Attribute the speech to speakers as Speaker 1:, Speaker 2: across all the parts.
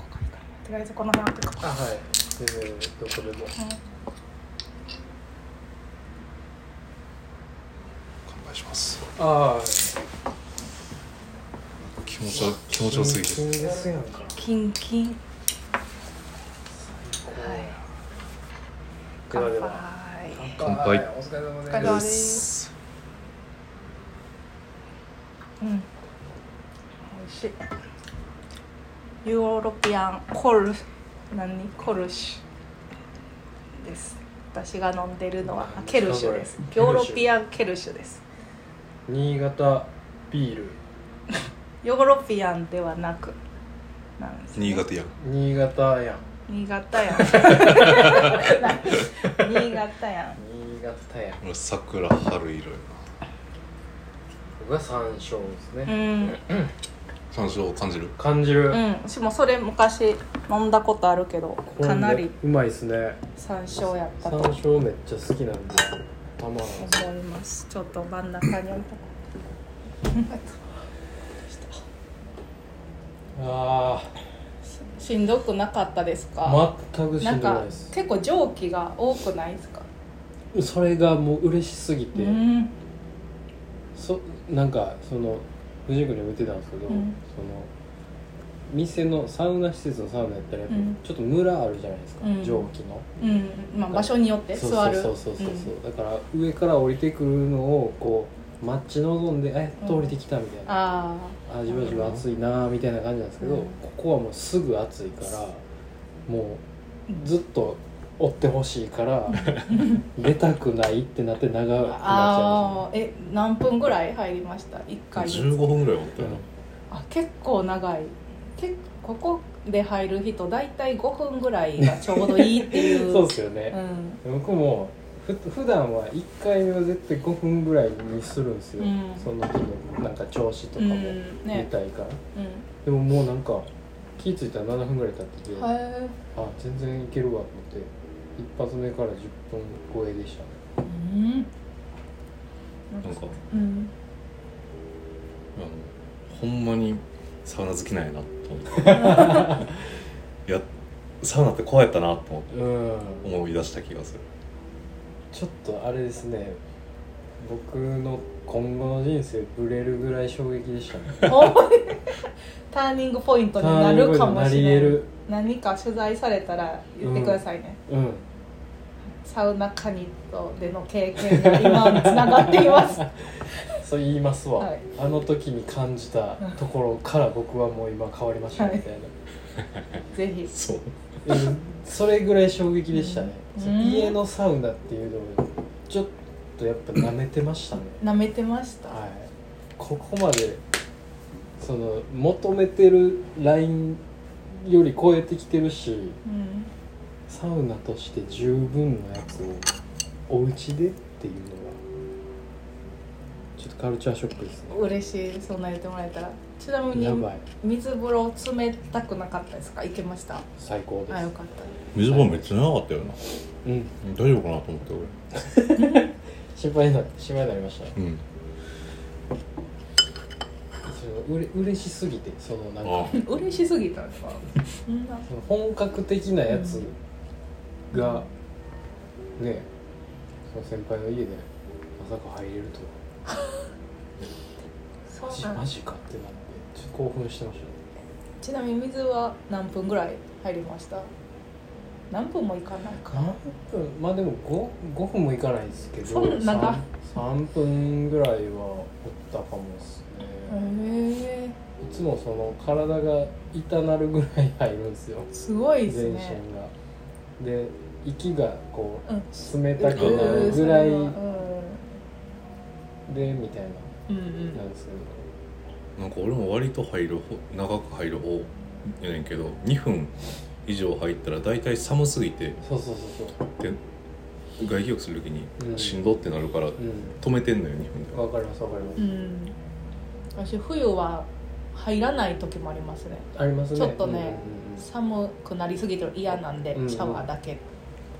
Speaker 1: とりあえずこの辺置くか
Speaker 2: あはいえー、どこでも
Speaker 3: 乾杯します
Speaker 2: ああ
Speaker 3: 気持ちよ気持ちよすぎ
Speaker 2: キン
Speaker 3: て
Speaker 2: キンですやんか
Speaker 1: キンキン
Speaker 2: はいで
Speaker 1: 乾杯
Speaker 2: はでは
Speaker 3: 乾杯
Speaker 2: お疲れ様です
Speaker 1: お疲れ様です
Speaker 3: す
Speaker 1: うん美味しいユーロピアンコル何コルシュです私が飲んでるのはあケルシュです
Speaker 2: ケル
Speaker 1: ヨー
Speaker 2: シュ
Speaker 1: ロピアンケルシュです
Speaker 2: 新潟ビール
Speaker 1: ヨーロピアンではなくなんですね
Speaker 3: 新潟やん
Speaker 2: 新潟やん
Speaker 1: 新潟やん新潟やん
Speaker 2: 新潟やん
Speaker 3: 俺桜春色や
Speaker 2: 僕は山椒ですね、
Speaker 1: うん
Speaker 3: な山椒を感じる
Speaker 2: 感じる、
Speaker 1: うん私もそれ昔飲んだことあるけど
Speaker 2: これね
Speaker 1: かなり
Speaker 2: うまいですね
Speaker 1: 山椒やった
Speaker 2: 山
Speaker 1: と
Speaker 2: 椒めっちゃ好きなんでたまらん
Speaker 1: 思いますちょっと真ん中に置い とこ
Speaker 2: あ
Speaker 1: うしんどくなかったですか、
Speaker 2: あ全くし
Speaker 1: なん
Speaker 2: んどな
Speaker 1: か
Speaker 2: いです
Speaker 1: 結構蒸気が多くないですか
Speaker 2: それがもう嬉しすぎ
Speaker 1: う
Speaker 2: て、
Speaker 1: ん
Speaker 2: そなんかその藤君にも言ってたんですけど、
Speaker 1: うん
Speaker 2: その店のサウナ施設のサウナやったらやっぱ
Speaker 1: うん
Speaker 2: ちょっとムラあるじゃないですか、
Speaker 1: うん
Speaker 2: 蒸気の
Speaker 1: うんまあ場所によって
Speaker 2: そう
Speaker 1: 座る
Speaker 2: そうそうそうそう、だから上から降りてくるのをこう待ち望んであやっと降りてきたみたいな、
Speaker 1: ああ
Speaker 2: あじわじわ暑いなーみたいな感じなんですけど、
Speaker 1: うん
Speaker 2: ここはもうすぐ暑いからもうずっと追ってほしいから 出たくないってなって長くなっちゃ
Speaker 1: ああえ何分ぐらい入りました一回ずつ
Speaker 3: 15分ぐらい
Speaker 2: い
Speaker 3: おった
Speaker 2: ました
Speaker 3: よな
Speaker 1: あ結構長いけここで入る人大体5分ぐらいがちょうどいいってい
Speaker 2: うん
Speaker 1: う
Speaker 2: そうですよね、
Speaker 1: うん
Speaker 2: 僕もふ普段は1回目は絶対5分ぐらいにするんですよ、
Speaker 1: うん
Speaker 2: その日のなんか調子と
Speaker 1: う
Speaker 2: かも見
Speaker 1: んね
Speaker 2: たいから、
Speaker 1: うんへ
Speaker 2: でももうなんか気付いたら7分ぐらい経ってて、
Speaker 1: え
Speaker 2: あ全然いけるわと思って一発目から10分超えでしたね
Speaker 1: うん
Speaker 3: なんか
Speaker 1: うん
Speaker 3: あのほんまにサウナ好きなんやなと思って いやサウナってこうやったなと思って
Speaker 2: うん
Speaker 3: 思い出した気がする
Speaker 2: ちょっとあれですね僕の今後の人生ブレるぐらい衝撃でしたね
Speaker 1: おいターニングポイントになるかもし
Speaker 2: ターニングポイントになり
Speaker 1: れな
Speaker 2: 得
Speaker 1: い
Speaker 2: る
Speaker 1: 何か取材されたら言ってくださいね、
Speaker 2: うん
Speaker 1: サウナカニとでの経験が今につながっています
Speaker 2: そう言いますわ、
Speaker 1: はい
Speaker 2: あの時に感じたところから僕はもう今変わりましたみたい
Speaker 1: ぜひ
Speaker 3: そう
Speaker 2: な、うんそれぐらい衝撃でしたね、
Speaker 1: うん
Speaker 2: そう家のサウナっていうのをちょっとやっぱ舐めてましたね
Speaker 1: 舐めてました、
Speaker 2: はいここまでその求めてるラインより超えてきてるし
Speaker 1: うん
Speaker 2: サウナとして十分のやつをお家でっていうのはちょっとカルチャーショックですね
Speaker 1: 嬉しいそんな言ってもらえたらちなみに
Speaker 2: やばい
Speaker 1: 水風呂冷たくなかったですか行けました
Speaker 2: 最高です
Speaker 1: あよかった
Speaker 3: 水分めっちゃ長かったよな
Speaker 2: うん
Speaker 3: 大丈夫かなと思って俺
Speaker 2: 心配にな心配になりました
Speaker 3: うん
Speaker 2: そのうれ嬉しすぎてそのなんか
Speaker 3: あ
Speaker 1: 嬉しすぎたん ですかそんな
Speaker 2: その本格的なやつが、ねその先輩の家でまさか入れるとは
Speaker 1: そ
Speaker 2: マ
Speaker 1: う
Speaker 2: ジ
Speaker 1: なん
Speaker 2: マジかってなってちょっと興奮してましたね
Speaker 1: ちなみに水は何分ぐらい入りました何分もいかないか
Speaker 2: 何分まあでも 5, 5分もいかないですけ
Speaker 1: そ
Speaker 2: ど
Speaker 1: んな長い
Speaker 2: 3, 分ぐらいはおったかもです
Speaker 1: へ
Speaker 2: ね、
Speaker 1: え
Speaker 2: いつもその体が痛なるぐらい入るんですよ
Speaker 1: すごい
Speaker 2: 全
Speaker 1: です
Speaker 2: 身
Speaker 1: ね
Speaker 2: がで息がこ
Speaker 1: うん
Speaker 2: う冷たくなるぐらい
Speaker 1: うん
Speaker 2: でみたい
Speaker 1: うんう
Speaker 2: ななん
Speaker 1: ん
Speaker 2: ですけど
Speaker 3: なんか俺も割と入る方長く入る方やねんけど2分以上入ったら大体寒すぎて
Speaker 2: そうそうそうそう
Speaker 3: で外気浴する時
Speaker 2: うん
Speaker 3: にしんどってなるから
Speaker 2: う
Speaker 3: 止めてんのよ2分
Speaker 2: ん
Speaker 3: で
Speaker 2: わかりますわかります、
Speaker 1: うん私冬は入らない時もありますね
Speaker 2: ありますね
Speaker 1: ちょっとね
Speaker 2: うんうんうん
Speaker 1: 寒くなりすぎて嫌なんで
Speaker 2: うん
Speaker 1: シャワーだけ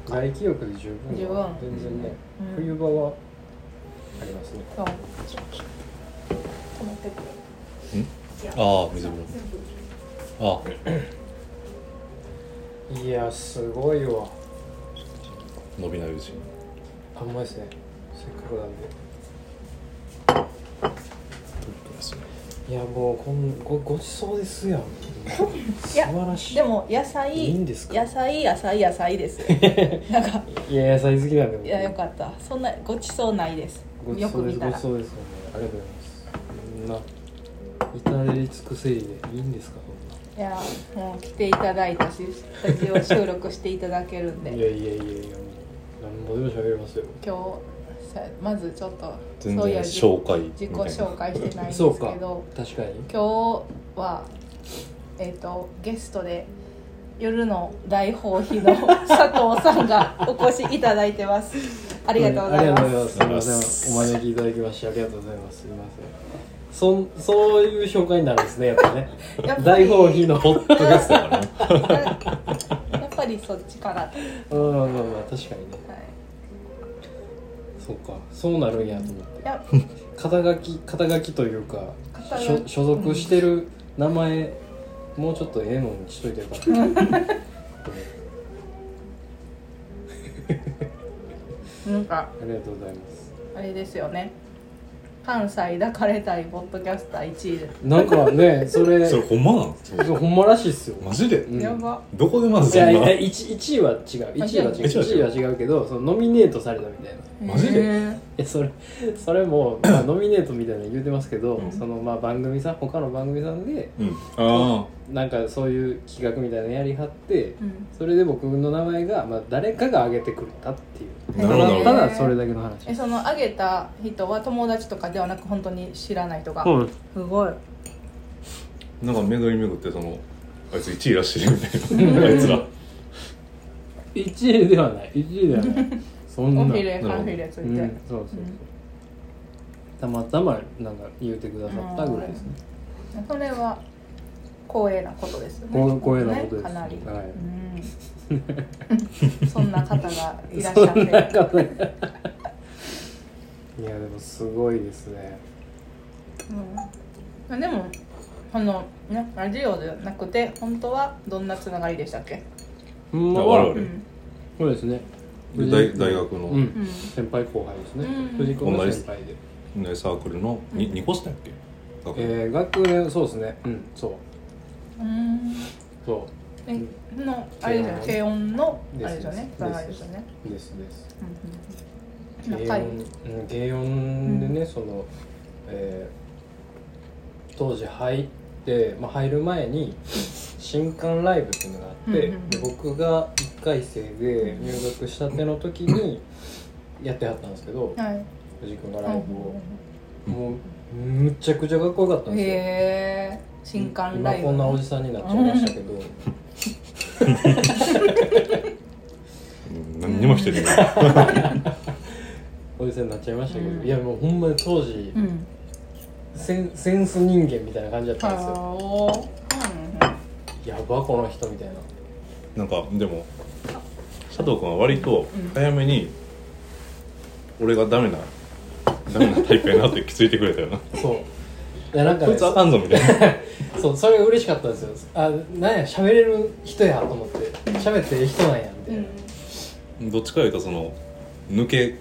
Speaker 2: 外気浴で十分
Speaker 1: 十分
Speaker 2: 全然ね、
Speaker 1: うん
Speaker 2: 冬場はありますね
Speaker 1: そうちょっと止めてくれ
Speaker 3: ああ水風呂ああ
Speaker 2: いやすごいわ
Speaker 3: 伸びないうちに
Speaker 2: あんまですねせっかくなんで
Speaker 3: トリックですね
Speaker 2: いやもうこんごごちそうで すやん素
Speaker 1: や
Speaker 2: 晴らしい
Speaker 1: でも野
Speaker 2: いいん
Speaker 1: 菜
Speaker 2: ですか
Speaker 1: 野菜野菜野菜ですよなんか
Speaker 2: いや野菜好きなんで僕
Speaker 1: いやよかったそんなごちそうないです
Speaker 2: ごち
Speaker 1: よ
Speaker 2: そ
Speaker 1: く
Speaker 2: うで
Speaker 1: 見
Speaker 2: す
Speaker 1: た
Speaker 2: ご
Speaker 1: ら
Speaker 2: ちそうですよねありがとうございますこんな至れり尽くせりでいいんですかこ
Speaker 1: いやもう来ていただいたしスタジオ収録していただけるん
Speaker 2: んな
Speaker 1: で
Speaker 2: いやいやいやいやもう何ぼでも喋れますよ
Speaker 1: 今日さまずちょっと
Speaker 3: 全
Speaker 1: そうい
Speaker 3: 然
Speaker 1: う自
Speaker 3: 紹介みた
Speaker 1: 自
Speaker 3: い
Speaker 1: 己
Speaker 3: な
Speaker 1: 紹介してないんですけ
Speaker 2: そうか
Speaker 1: ど
Speaker 2: 確かに
Speaker 1: 今日は、えー、とゲストで夜の大放棄の佐藤さんがお越しいただいてます ありがとうございます,、
Speaker 2: ありがとうございますすみませんお招きいただきましてありがとうございますすみませんそんそういう紹介になるんですねやっぱね
Speaker 1: やっぱり
Speaker 2: 大放棄の
Speaker 3: ポッドキャストだ からね
Speaker 1: やっぱりそっちから、はい、
Speaker 2: うんまあまあまあ確かにねそうかそうなるんやと思っ
Speaker 1: い
Speaker 2: て
Speaker 1: や
Speaker 2: 肩書き肩書きというか
Speaker 1: 肩書
Speaker 2: 所所属してる名前もうちょっとええのにしといてよかったうん
Speaker 1: なんか
Speaker 2: ありがとうございます
Speaker 1: あれですよね関西抱かれたいポッドキャスター1位です、
Speaker 2: なんかねそれ
Speaker 3: そ
Speaker 2: そ
Speaker 3: れほんまなんそう
Speaker 2: れほんまらしいっすよ
Speaker 3: マジで、
Speaker 2: うん
Speaker 1: やば
Speaker 3: どこでまず
Speaker 2: い
Speaker 3: そん
Speaker 2: や
Speaker 3: ない
Speaker 2: や 1, 位は違う1位は違う
Speaker 3: 一位は違う
Speaker 2: 1位は違うけどそのノミネートされたみたいない
Speaker 3: マジで
Speaker 1: へ
Speaker 2: やそれそれも、 まあ、ノミネートみたいなの言うてますけど、
Speaker 1: うん
Speaker 2: そのまあ番組さん他の番組さんで
Speaker 3: うんあ
Speaker 2: なんかそういう企画みたいなのやりはって
Speaker 1: ーうん
Speaker 2: それで僕の名前が、まあ、誰かが挙げてくれたっていう
Speaker 3: あなるほどなるほ
Speaker 2: た
Speaker 3: ど
Speaker 2: だそれだけの話
Speaker 1: えそのあげた人は友達とかではなく本当に知らない人が、
Speaker 2: うん
Speaker 1: すごい
Speaker 3: なんか巡り巡ってそのあいつ1位らしいみたいなあいつら
Speaker 2: 1位ではない1位ではない そん
Speaker 1: コ
Speaker 2: な
Speaker 1: ンフィレカ
Speaker 3: なるほど
Speaker 1: ンフィレついて、
Speaker 2: うん、そうそうそう、たまたまなんか言うてくださったぐらいですね
Speaker 1: それは光栄なことですよね
Speaker 2: 光光栄なことです
Speaker 1: かなり、
Speaker 2: はい
Speaker 1: うん そんな方がいらっしゃっ
Speaker 2: そんな
Speaker 1: て
Speaker 2: 方がいやでもすごいですね
Speaker 1: うん、でもあのねラジオじゃなくて本当はどんなつながりでしたっけ、
Speaker 2: ほんま
Speaker 3: 我
Speaker 2: は
Speaker 3: 々あれ
Speaker 1: うん
Speaker 2: そうですね
Speaker 3: で大大学の、
Speaker 2: う
Speaker 1: うんん
Speaker 2: 先輩後輩ですね
Speaker 1: うん
Speaker 2: 藤君が先輩で、
Speaker 3: ねサークルのに
Speaker 1: うん
Speaker 3: 2個下やっけ学年
Speaker 2: えー、学年そうですねうんそう
Speaker 1: うん
Speaker 2: そ
Speaker 1: えのあれですよね軽音のあれですよね
Speaker 2: です
Speaker 1: つながりですよね
Speaker 2: うですです
Speaker 1: うんうん
Speaker 2: 軽
Speaker 1: 仲いい
Speaker 2: 音うん軽音でね、その、えー当時入って、まあ、入る前に新刊ライブっていうのがあって、
Speaker 1: うんうんうん
Speaker 2: で僕が1回生で入学したての時にやってはったんですけど
Speaker 1: はい
Speaker 2: 藤君がライブを、
Speaker 3: うん
Speaker 2: もうむちゃくちゃかっこよかったんですよ、
Speaker 1: へえ新刊ライブ
Speaker 2: 今こんなおじさんになっちゃいましたけど、
Speaker 3: うん何にもしてない
Speaker 2: おじさんになっちゃいましたけど、
Speaker 1: うん
Speaker 2: いやもうほんまに当時、
Speaker 1: うん
Speaker 2: センセンス人間みたいな感じだったんですよ
Speaker 1: おー
Speaker 2: やばこの人みたいな
Speaker 3: なんかでも佐藤君は割と早めに俺がダメなダメなタイプやなって気づいてくれ たよな
Speaker 2: そういやなんか
Speaker 3: こ
Speaker 2: ね
Speaker 3: いつあかんぞみたいな
Speaker 2: そうそれが嬉しかったんですよあなんや喋れる人やと思って喋ってる人なんや
Speaker 1: う
Speaker 2: みた
Speaker 1: ん
Speaker 2: い
Speaker 1: うん
Speaker 2: な、
Speaker 3: どっちかいうとその抜け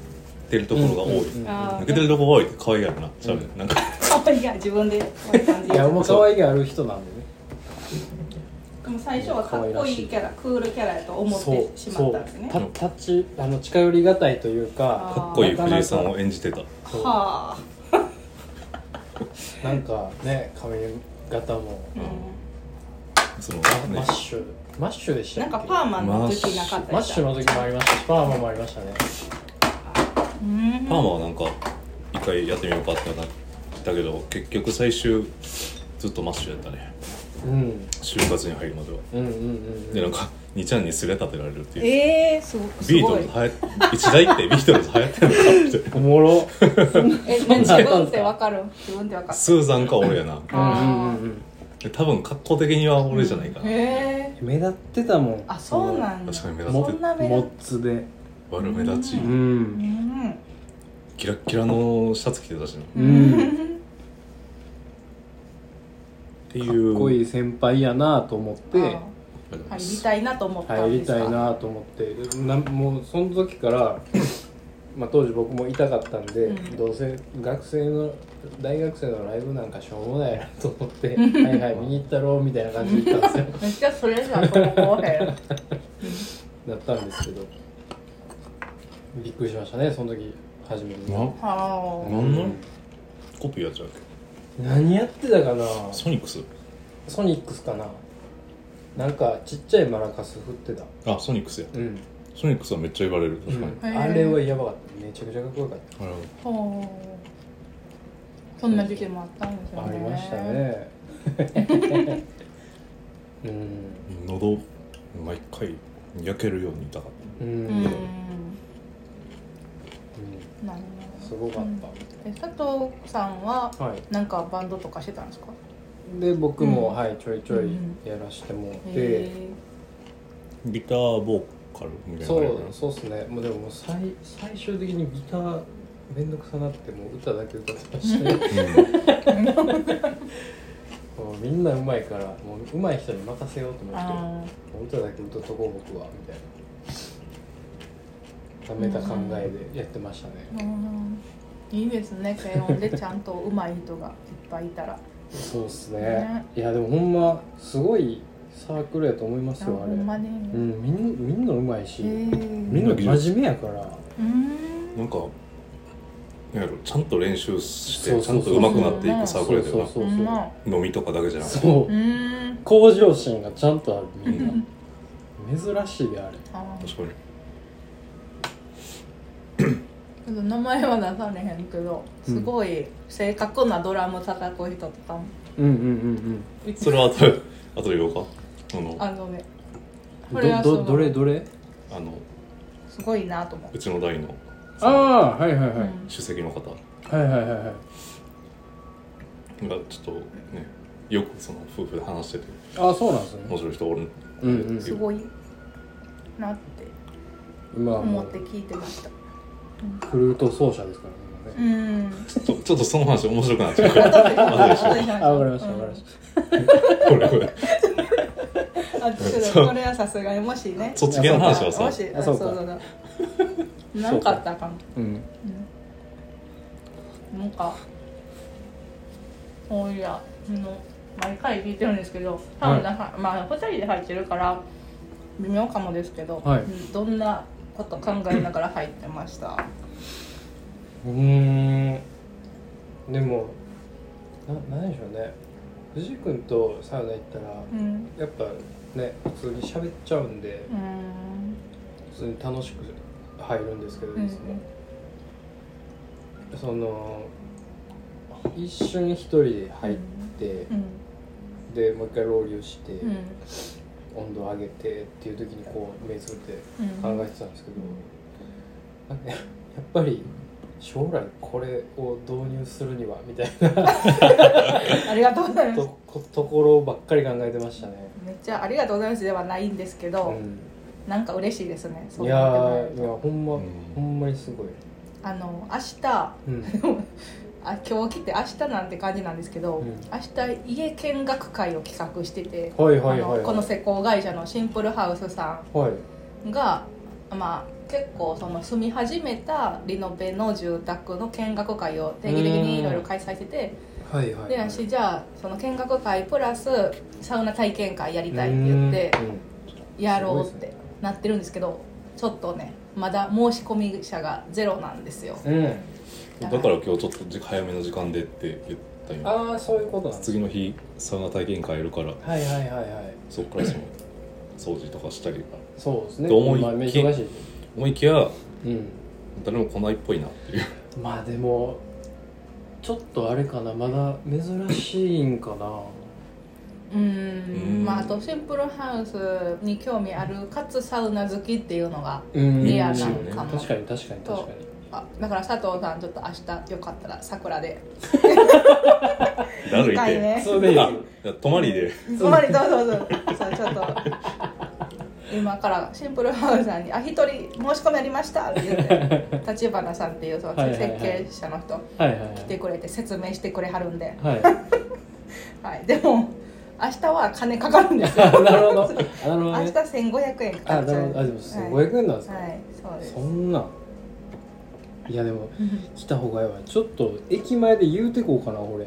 Speaker 3: てるところが多い、
Speaker 2: うんうん
Speaker 1: あ
Speaker 3: 抜けてるところが多いって可愛いやろな、ちゃうねなんか
Speaker 1: 可愛いや自分でこういう感じ
Speaker 2: いやもう可愛げある人なんでね
Speaker 1: でも最初はかっこいいキャラクールキャラやと思っ
Speaker 2: そう
Speaker 1: てしま
Speaker 2: そ
Speaker 1: ったん
Speaker 2: う
Speaker 1: ですね
Speaker 2: たタッチあの近寄りがたいというか
Speaker 3: かっこいい藤井さんを演じてた
Speaker 2: そう
Speaker 1: はあ
Speaker 2: なんかね髪型も
Speaker 1: うん
Speaker 3: その
Speaker 2: マ
Speaker 3: ね
Speaker 2: ッシュマッシュでした
Speaker 1: なん
Speaker 2: っけ
Speaker 1: かパーマの時なかった
Speaker 2: マッシュの時もありましたしパーマもありましたね
Speaker 1: うん
Speaker 3: パーマはなんか一回やってみようかってなったけど結局最終ずっとマッシュやったね
Speaker 2: うん
Speaker 3: 就活に入るまでは
Speaker 2: うんうんうん
Speaker 3: で
Speaker 2: う
Speaker 3: なん
Speaker 2: ん
Speaker 3: か2ちゃんにすれ立てられるっていう
Speaker 1: えーすごす
Speaker 3: ビート
Speaker 1: ご
Speaker 3: ル
Speaker 1: い
Speaker 3: ズはや一代ってビートルズ流行ってんのか って
Speaker 2: おもろ
Speaker 1: え自分ってわかる自分ってわかる
Speaker 3: スーザンか俺やな
Speaker 2: うんうんうんうん
Speaker 3: で多分格好的には俺じゃないかな、
Speaker 1: へえ
Speaker 2: 目立ってたもん
Speaker 1: あそうなんだ
Speaker 3: 確かに目立
Speaker 2: も
Speaker 3: って
Speaker 1: そんな目立
Speaker 2: モッツで
Speaker 3: 悪目立ち、
Speaker 1: う
Speaker 2: うん
Speaker 1: うん
Speaker 3: キラッキラのシャツ着てたしなっ
Speaker 2: うん
Speaker 3: ていう
Speaker 2: かっこいい先輩やなと思って
Speaker 1: あ
Speaker 3: かじゃ
Speaker 1: 入
Speaker 3: あ
Speaker 1: りたいなと思ったん
Speaker 2: 入
Speaker 1: で
Speaker 2: り
Speaker 1: す
Speaker 2: た
Speaker 1: か
Speaker 2: いなと思ってなんもうその時から、まあ、当時僕も痛かったんで、
Speaker 1: うん
Speaker 2: どうせ学生の大学生のライブなんかしょうもないなと思 って「はいはい見に行ったろ」みたいな感じで行ったんですよ
Speaker 1: めっちゃそれじゃんと思へ ん
Speaker 2: だったんですけどびっくりしましたねその時初めて
Speaker 3: な
Speaker 1: は
Speaker 3: 何のコピーやっちゃうっけ
Speaker 2: 何やってたかな
Speaker 3: ソニックス
Speaker 2: ソニックスかななんかちっちゃいマラカス振ってた
Speaker 3: あソニックスや
Speaker 2: うん、
Speaker 3: ソニックスはめっちゃ言われる確かに、
Speaker 1: へー
Speaker 2: あれはやばかっためちゃくちゃかっこよかっ
Speaker 3: あれは
Speaker 1: あはあそんな時期もあったんです
Speaker 2: た
Speaker 1: よ
Speaker 2: あ
Speaker 1: ね
Speaker 2: りましたね うん
Speaker 3: 喉毎回焼けるように痛かっ
Speaker 2: う、
Speaker 1: うん
Speaker 2: うんん
Speaker 1: なる
Speaker 2: す
Speaker 1: ほど
Speaker 2: ごかっ
Speaker 1: え佐藤さんは
Speaker 2: た、はい
Speaker 1: なんかバンドとかしてたんですか
Speaker 2: で僕も、
Speaker 1: うん
Speaker 2: はいちょいちょいやらしてもらって、
Speaker 3: たギターボーカルみたいな
Speaker 2: そ
Speaker 3: のがある
Speaker 2: う
Speaker 3: よね
Speaker 2: そうっすねもうでももう最最終的にギターめんどくさなってもう歌だけ歌ってまし たね
Speaker 3: うん
Speaker 2: もうみんなうまいからもう上手い人に任せようと思って
Speaker 1: あ
Speaker 2: もう歌だけ歌っとこう僕はみたいなためた考えでやってましたね、
Speaker 1: ーうんいいですね軽音でちゃんと上手い人がいっぱいいたら
Speaker 2: そうっすね
Speaker 1: ね
Speaker 2: いやでもほんますごいサークルやと思います
Speaker 1: あ
Speaker 2: よあ
Speaker 1: ほ
Speaker 2: れ
Speaker 1: んまね
Speaker 2: うんみんみんなうまいし、
Speaker 1: へー
Speaker 2: みんな真面目やから
Speaker 1: うーん
Speaker 3: なんかなんやろちゃんと練習して
Speaker 2: そう
Speaker 3: ちゃ
Speaker 2: そ
Speaker 3: ん
Speaker 2: う
Speaker 3: と
Speaker 2: そう
Speaker 3: 上手くなっていくサークルだよ
Speaker 2: そう
Speaker 1: ほ
Speaker 2: そう
Speaker 1: んま
Speaker 3: な飲みとかだけじゃなくて
Speaker 2: そう
Speaker 1: うーん
Speaker 2: 向上心がちゃんとある みんな
Speaker 1: うん
Speaker 2: 珍しいであれ
Speaker 1: あー
Speaker 3: 確かに
Speaker 1: ちょっと名前は出されへんけどすごい正確なドラム叩く人とかも
Speaker 2: うんうんうん
Speaker 3: それは後で後で言おうかあの
Speaker 1: あのね
Speaker 2: う
Speaker 1: これ
Speaker 2: ん
Speaker 1: はそ
Speaker 2: どど
Speaker 1: の
Speaker 2: どれどれ
Speaker 3: あの
Speaker 1: すごいなと思って
Speaker 3: うちの代の
Speaker 2: ああはいはいはい、
Speaker 1: うん
Speaker 3: 主席の方が
Speaker 2: はいはいはいはい
Speaker 3: ちょっとねよくその夫婦で話してて
Speaker 2: ああそうなんです
Speaker 3: 面
Speaker 2: ね
Speaker 3: 白い人おる
Speaker 2: うんうん
Speaker 1: すごいなって
Speaker 2: 今はも
Speaker 1: 思って
Speaker 2: う
Speaker 1: 聞いてました
Speaker 2: フルート奏者ですからね今
Speaker 1: う
Speaker 2: ね
Speaker 1: ん
Speaker 3: ちょっとちょっとその話面白くなっちゃうから後でしよう
Speaker 2: あわかりましたわかりました
Speaker 3: これこれ
Speaker 1: たあちょっとこれはさすがにもしね
Speaker 3: 卒業の話は
Speaker 1: も
Speaker 3: さ
Speaker 1: し
Speaker 2: あそうか
Speaker 1: そうそうなんかあったらあかん
Speaker 2: うん
Speaker 1: うんなんかそういやあの毎回聞いてるんですけど多分なんか、まあ2人で入ってるから微妙かもですけど、
Speaker 2: はい
Speaker 1: うんどんなこと考えながら入ってました
Speaker 2: うーんでもななんでしょうね藤井君とサウナ行ったら、
Speaker 1: うん
Speaker 2: やっぱね普通に喋っちゃうんで
Speaker 1: うん
Speaker 2: 普通に楽しく入るんですけど
Speaker 1: うん
Speaker 2: いつも、その一瞬一人で入って、
Speaker 1: うん
Speaker 2: でもう一回ロウリュして、
Speaker 1: うん
Speaker 2: 温度上げてっていう時にこう目つぶって
Speaker 1: うん
Speaker 2: 考えてたんですけど、なんかやっぱり将来これを導入するにはみたいな
Speaker 1: ありがとうございます
Speaker 2: とこところばっかり考えてましたね、
Speaker 1: めっちゃありがとうございますではないんですけ
Speaker 2: う
Speaker 1: ど、
Speaker 2: ん、
Speaker 1: なんか嬉しいですね。そ
Speaker 2: いうや
Speaker 1: 思ってもらえる
Speaker 2: ーいやほんま、
Speaker 3: うん
Speaker 2: ほんまにすごい、
Speaker 1: あの明日
Speaker 2: うん、
Speaker 1: あ今日来て明日なんて感じなんですけど、
Speaker 2: うん
Speaker 1: 明日家見学会を企画してて、
Speaker 2: はいはいはいは
Speaker 1: あ
Speaker 2: い
Speaker 1: のこの施工会社のシンプルハウスさ
Speaker 2: はい
Speaker 1: んが、まあ、結構その住み始めたリノベの住宅の見学会を定期的にいろいろ開催してて
Speaker 2: はいはい
Speaker 1: で私じゃあその見学会プラスサウナ体験会やりたいって言って
Speaker 2: うんうん
Speaker 1: やろうっ
Speaker 2: すごいで
Speaker 1: てなってるんですけどちょっとねまだ申し込み者がゼロなんですよ。
Speaker 2: うん、
Speaker 3: だから今日ちょっと時早めの時間でって言ったんよ
Speaker 2: ああそういうことなんです
Speaker 3: 次の日サウナ体験会やるから
Speaker 2: はいはいはいはい
Speaker 3: そっからその掃除とかしたり
Speaker 2: そうですね
Speaker 3: どうも
Speaker 2: まあ
Speaker 3: 一
Speaker 2: 珍し
Speaker 3: 見
Speaker 2: い、
Speaker 3: 思いきや
Speaker 2: うん、
Speaker 3: 誰も来ないっぽいなっていう
Speaker 2: まあでもちょっとあれかなまだ珍しいんかな
Speaker 1: う
Speaker 3: うん
Speaker 1: んまあ、あとシンプルハウスに興味あるかつサウナ好きっていうのが
Speaker 2: うん
Speaker 1: リア
Speaker 3: ルな
Speaker 2: うん
Speaker 3: かも
Speaker 2: 確かに確かに確か
Speaker 1: あだから佐藤さんちょっと明日よかったら桜で
Speaker 3: で歩い
Speaker 1: 深い
Speaker 3: て
Speaker 2: に
Speaker 1: ね
Speaker 2: そう
Speaker 3: あ
Speaker 2: で
Speaker 3: い
Speaker 2: す
Speaker 3: や泊まりで
Speaker 1: つまりそうそうそうそうちょっと今からシンプルハウスさんに「あ一人申し込みありました」って言って立花さんっていうその
Speaker 2: はい
Speaker 1: 設
Speaker 2: はいはい
Speaker 1: 計者の人
Speaker 2: はいはいは
Speaker 1: 来てくれて説明してくれはるんで、
Speaker 2: いはい
Speaker 1: はい、でも明日は金かかるんですよ
Speaker 2: あ なるほどあなるほど
Speaker 1: 明日
Speaker 2: ね
Speaker 1: 1500円かか
Speaker 2: あ
Speaker 1: っち
Speaker 2: な
Speaker 1: ゃ
Speaker 2: る
Speaker 1: う
Speaker 2: ほどあでもそう
Speaker 1: はい
Speaker 2: 500円なんですか、
Speaker 1: はいそうです
Speaker 2: そんないやでも来た方がいいわちょっと駅前で言うてこうかな俺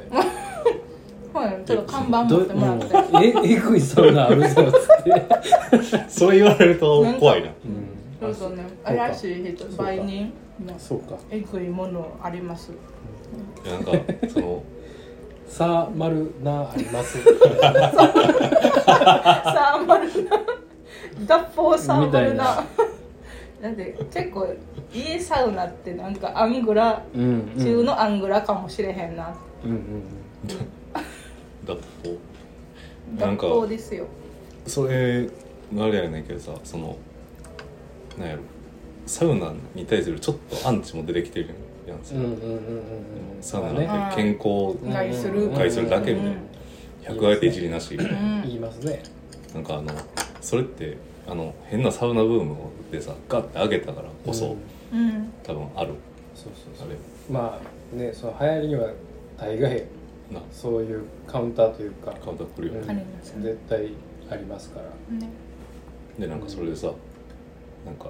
Speaker 1: はいちょっと看板持ってもらって
Speaker 2: どうんええぐいサウナあるぞっつって、
Speaker 3: それ言われると怖いな
Speaker 2: うん
Speaker 1: そうそうね怪しい人
Speaker 2: そうか
Speaker 1: 売人の
Speaker 2: そうか
Speaker 1: えぐいものあります
Speaker 3: なんかその
Speaker 2: さあ丸なあります
Speaker 1: サーマルな脱法サーマル
Speaker 2: みたい
Speaker 1: な
Speaker 2: な
Speaker 1: だって結構家サウナってなんかアングラ
Speaker 2: うん、うん、
Speaker 1: 中のアングラかもしれへんな
Speaker 2: うんうん
Speaker 3: 脱法なん
Speaker 1: 脱
Speaker 3: か
Speaker 1: 法ですよ
Speaker 3: それあれやねんけどさそのなんやろサウナに対するちょっとアンチも出てきてるやんさ、
Speaker 2: うんうんうんうんうん
Speaker 3: サウナ
Speaker 2: ね
Speaker 3: なんて健康
Speaker 2: うん
Speaker 1: 害する
Speaker 3: 害するだけみたいな100あえていじりなしみたいうなん
Speaker 2: 言いますね
Speaker 3: なんかあのそれってあの変なサウナブームでさガッて上げたからこそ、
Speaker 2: うん
Speaker 1: うん
Speaker 3: 多分ある
Speaker 2: そうそう
Speaker 3: あ
Speaker 2: そう
Speaker 3: れ
Speaker 2: まあねその流行りには大概
Speaker 3: な
Speaker 2: そういうカウンターというか
Speaker 3: カウンター来るよね、
Speaker 1: ありますね
Speaker 2: 絶対ありますから
Speaker 1: ね
Speaker 3: でなんかそれでさなんか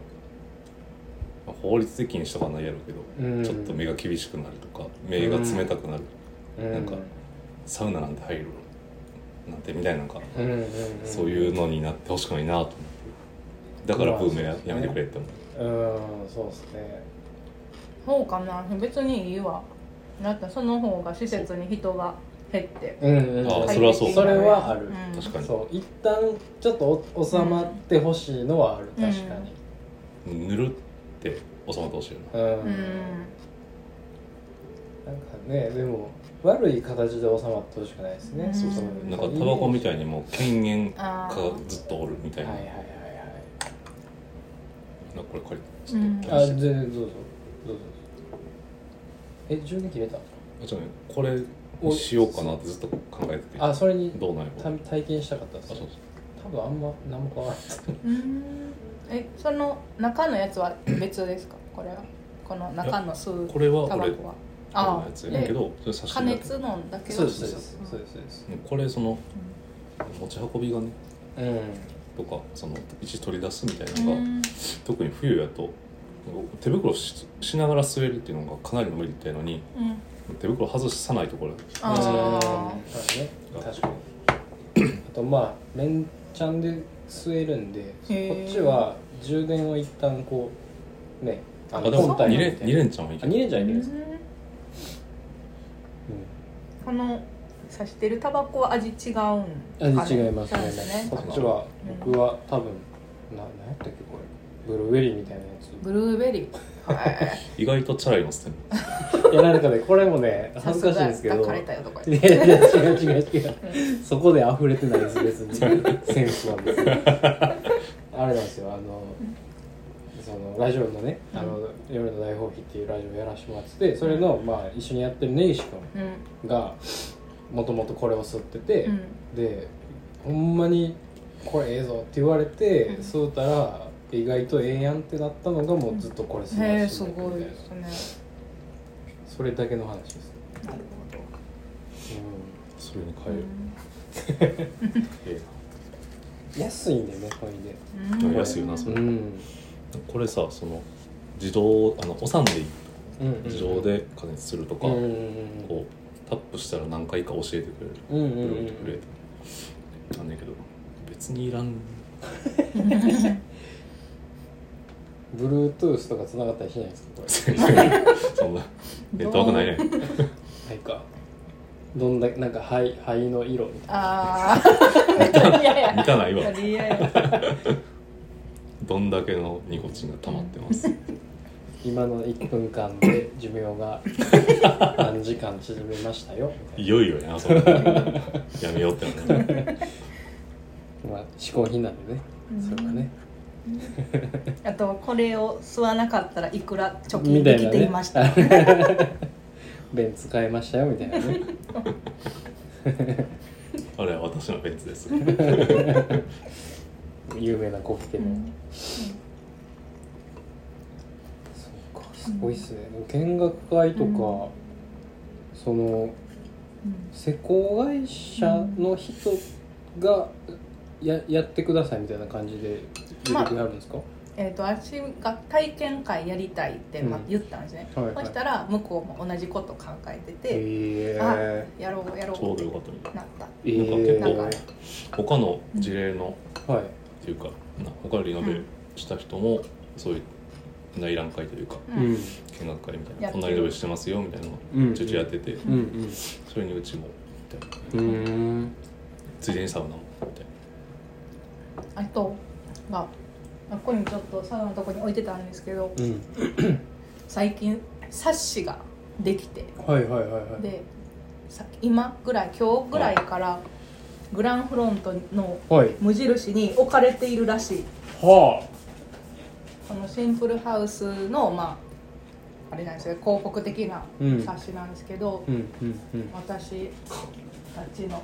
Speaker 3: まあ法律的にしとかないやろうけど、
Speaker 2: うん
Speaker 3: ちょっと目が厳しくなるとか目が冷たくなる、なんかサウナなんて入るなんてみたいななんか、
Speaker 2: うんうんうん
Speaker 3: そういうのになってほしくないなと思ってだからブームや,、
Speaker 2: まあ
Speaker 3: やめてくれって思う
Speaker 2: うんそうですね
Speaker 1: そうかな別にいいわだってその方が施設に人が減って
Speaker 2: うんうんうん
Speaker 3: あそれはそう
Speaker 2: それはある、
Speaker 1: うん
Speaker 3: 確かに
Speaker 2: そう一旦ちょっとお収まってほしいのはある、
Speaker 1: うん
Speaker 2: 確かに
Speaker 3: ぬるって収まってほしいよな
Speaker 2: うん、
Speaker 1: うん
Speaker 2: なんかねでも悪い形で収まってほしくないですね、
Speaker 1: うんそうそう
Speaker 2: い
Speaker 3: なんかタバコみた
Speaker 2: い
Speaker 3: いにもう権限が
Speaker 1: あー
Speaker 3: ずっとおるみたい
Speaker 2: な
Speaker 3: な、
Speaker 2: はいはいはい
Speaker 3: なんかこれこれ
Speaker 1: うん
Speaker 2: はいあ全然どうぞどうぞえ充電切れた
Speaker 3: あちょっとねこれをしようかなってずっと考えてて
Speaker 2: あそれに
Speaker 3: どうなんやろう
Speaker 2: た体験したかったで
Speaker 3: あ
Speaker 2: す
Speaker 3: そうそう
Speaker 2: 多分あんま何も変わらないです
Speaker 1: うんえその中のやつは別です かこれはこの中の吸う
Speaker 3: これは
Speaker 1: タバ
Speaker 3: 俺
Speaker 1: コはあ
Speaker 3: のやつ
Speaker 1: あ
Speaker 3: やねんけ
Speaker 1: で
Speaker 3: どそれ差し
Speaker 1: 加
Speaker 3: 入れだけ
Speaker 1: 熱のだけを
Speaker 2: そうですそうですそう
Speaker 1: う
Speaker 2: ですそうです
Speaker 3: これその持ち運びがね
Speaker 2: うん
Speaker 3: とかその一取り出すみたい
Speaker 1: ん
Speaker 3: なのが、特に冬やと手袋ししながら吸えるっていうのがかなり無理っていうのに
Speaker 1: うんうん
Speaker 3: 手袋外さないところ
Speaker 1: あー
Speaker 2: うんそうね確かにあとまあ面ちゃんで吸えるんで
Speaker 1: へー
Speaker 2: こっちは充電を一旦こうね
Speaker 3: あ
Speaker 2: の
Speaker 3: でも
Speaker 2: 本体
Speaker 3: 2
Speaker 2: に
Speaker 3: 連二連ちゃんはいい
Speaker 2: あ
Speaker 3: け
Speaker 2: 2
Speaker 3: ど
Speaker 2: 連じゃいけるんです
Speaker 1: うんこの刺してるタバコは味違うんかな
Speaker 2: 味違います
Speaker 1: そう
Speaker 2: ね
Speaker 1: ですね
Speaker 2: こっちは
Speaker 1: うん
Speaker 2: 僕は多分な何やったっけこれブルーベリーみたいなや
Speaker 1: ブルーベリ ーはい
Speaker 3: 意外とチャラいの捨てる
Speaker 2: ついやなんかねこれもね恥ずかしいんですけ
Speaker 1: さ
Speaker 2: ど
Speaker 1: が抱かれたよとか
Speaker 2: いやいや違う違う違うそこで溢れてないです別にセンスは別にあれなんですよあのそのラジオのね「あの夜の大放棄」っていうラジオやらせてもらっててそれの、まあ、一緒にやってる根岸
Speaker 1: うん
Speaker 2: 君がもともとこれを吸ってて、
Speaker 1: うん
Speaker 2: でほんまに「これええぞ」って言われて、
Speaker 1: うん
Speaker 2: 吸うたら意外とええやんってなったのがもうずっとこれ吸う
Speaker 1: へ
Speaker 2: ら
Speaker 1: え
Speaker 2: し
Speaker 1: す
Speaker 2: いんだけど
Speaker 1: ごいですね
Speaker 2: みたいなそれだけの話です、
Speaker 1: なるほど
Speaker 2: う
Speaker 3: それに
Speaker 1: う
Speaker 3: 変える、
Speaker 1: ん
Speaker 3: え
Speaker 2: ん、安いんだよねこれで
Speaker 3: えな
Speaker 1: うん
Speaker 3: 安いよなそれ、
Speaker 2: うん
Speaker 3: これさその自動あの押さんでいい自動
Speaker 2: 上
Speaker 3: で加熱するとか、
Speaker 2: うんうん
Speaker 3: こうタップしたら何回か教えてくれる
Speaker 2: うんうんう
Speaker 3: ブ
Speaker 2: ん
Speaker 3: ログでくれるなんだけど別に いらん
Speaker 2: ブルートゥースとか繋がったりしないですかこ
Speaker 3: そんなネットワークないね
Speaker 2: れないかどんだけなんか灰灰の色みたい
Speaker 1: ああめっちゃ嫌や
Speaker 3: 見たないわ
Speaker 1: めっちゃ嫌や
Speaker 3: どんだけのニコチンが溜まってます
Speaker 2: な今の1分間で寿命 が何時間縮みましたよみたい
Speaker 3: いよいよやなそんなやめようってなるね
Speaker 2: なまあ嗜好品なんでね
Speaker 1: うん
Speaker 2: それがね
Speaker 1: あとこれを吸わなかったらいくら貯金
Speaker 2: みた
Speaker 1: で
Speaker 2: い
Speaker 1: き
Speaker 2: な
Speaker 1: ていました、
Speaker 2: ね便使えましたよみたいなね
Speaker 3: あれは私のベンツです
Speaker 2: 有名なコフケ
Speaker 1: う
Speaker 2: の、
Speaker 1: ん
Speaker 2: そうかすごいっすねでも見学会と
Speaker 1: う
Speaker 2: か、
Speaker 1: ん
Speaker 2: その施工会社の人がややってくださいみたいな感じで
Speaker 1: まあ
Speaker 2: 入力があるんですか、
Speaker 1: えー、と私が体験会やりたいってまあ
Speaker 2: うん
Speaker 1: 言ったんですね、
Speaker 2: はいはい
Speaker 1: そしたら向こうも同じこと考えてて、
Speaker 2: え
Speaker 1: あやろうやろ
Speaker 3: ちょ
Speaker 1: う
Speaker 3: う
Speaker 1: っ
Speaker 3: ど
Speaker 1: て
Speaker 3: よかったみたい
Speaker 1: なった
Speaker 2: え
Speaker 3: なん
Speaker 1: 結構な
Speaker 2: え
Speaker 3: か
Speaker 1: んか
Speaker 3: 他の事例の
Speaker 2: はい
Speaker 3: っていうかな他より鍋した人もそういう内覧会というか
Speaker 1: う
Speaker 2: うんん
Speaker 3: 見学会みたい
Speaker 1: やってる
Speaker 3: なこんなに鍋してますよみたいな
Speaker 2: う
Speaker 3: の
Speaker 2: ん
Speaker 3: をちょいちょいやってて
Speaker 2: うんうん
Speaker 3: それにうちもみたい
Speaker 2: う
Speaker 3: な
Speaker 2: ーん
Speaker 3: ついでにサウナもみたい
Speaker 1: あとがここにちょっとサウナのとこに置いてたんですけど
Speaker 2: うん
Speaker 1: 最近冊子ができて
Speaker 2: はいはいはいはい
Speaker 1: でさ今ぐらい今日ぐらいからグランフロントの
Speaker 2: はい
Speaker 1: 無印に置かれているらしい
Speaker 2: は
Speaker 1: このシンプルハウスのまああれなんですよ広告的な
Speaker 2: うん
Speaker 1: 冊子なんですけど、
Speaker 2: うんうんうん
Speaker 1: 私たちの
Speaker 3: な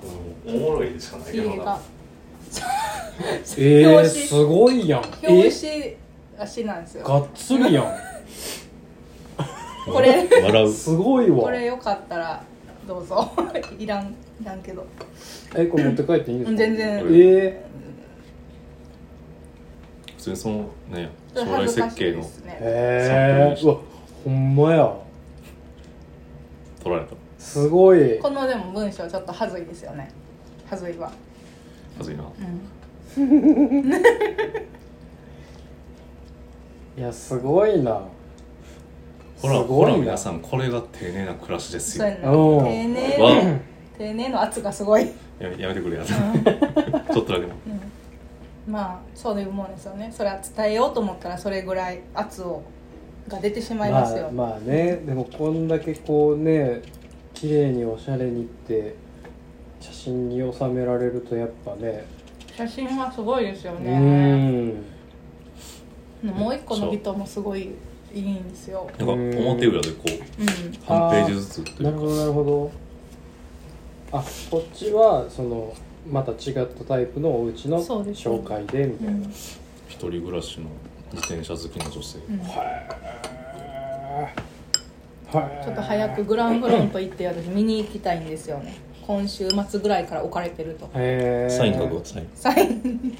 Speaker 3: おもろいでしかない
Speaker 1: 家が
Speaker 2: ええ
Speaker 1: 表紙
Speaker 2: すごいやん
Speaker 1: 表
Speaker 2: え
Speaker 1: 紙らしいなんですよ
Speaker 2: がっつりやん
Speaker 1: これ
Speaker 3: 笑う
Speaker 2: すごい
Speaker 1: こ
Speaker 2: わ
Speaker 1: れよかったらどうぞ いらんいらんけど
Speaker 2: えこれ持って帰っていいんですか
Speaker 1: 全然
Speaker 2: え
Speaker 3: 普通にそのね将来
Speaker 1: 恥ずか
Speaker 3: 設
Speaker 1: しい
Speaker 3: 計
Speaker 1: で
Speaker 3: の
Speaker 1: すね
Speaker 2: ー、えー、うわほんまや
Speaker 3: 取られた
Speaker 2: すごい
Speaker 1: このでも文章ちょっとはずいですよねはずいは、
Speaker 3: はずいな
Speaker 1: うん、
Speaker 2: いやすごいな
Speaker 3: ほら
Speaker 2: す
Speaker 3: ほ
Speaker 2: ごい
Speaker 3: ら
Speaker 2: な
Speaker 3: 皆さんこれが丁寧な暮らしです
Speaker 1: そう
Speaker 3: よ
Speaker 1: やね
Speaker 2: おう
Speaker 1: 丁寧
Speaker 3: わ
Speaker 1: な丁寧の圧がすごい、
Speaker 3: やめやめてくれやちょっとだけな
Speaker 1: うん、まあそういうもんですよねそれは伝えようと思ったらそれぐらい圧をが出てしまいますよ、
Speaker 2: あまあねでもこんだけこうね綺麗におしゃれにって写真に収められるとやっぱね
Speaker 1: 写真はすごいですよ
Speaker 2: う
Speaker 1: ね
Speaker 2: ーん
Speaker 1: もう一個の人もすごいいいんですよ。
Speaker 3: なんか表裏でこう
Speaker 1: うん、
Speaker 3: 半ページずつとい
Speaker 2: な
Speaker 3: う
Speaker 2: る
Speaker 3: か
Speaker 2: ほどなるほどあこっちはそのまた違ったタイプのお家の
Speaker 1: そうです
Speaker 2: 紹介でみたいな、
Speaker 3: 一人暮らしの自転車好きな女性
Speaker 1: うん
Speaker 2: はい
Speaker 1: ちょっと早くグランフロント行って私見に行きたいんですよね。今週末ぐらいから置かれてると。
Speaker 2: へえ
Speaker 3: サイン書くサイン
Speaker 1: サイン。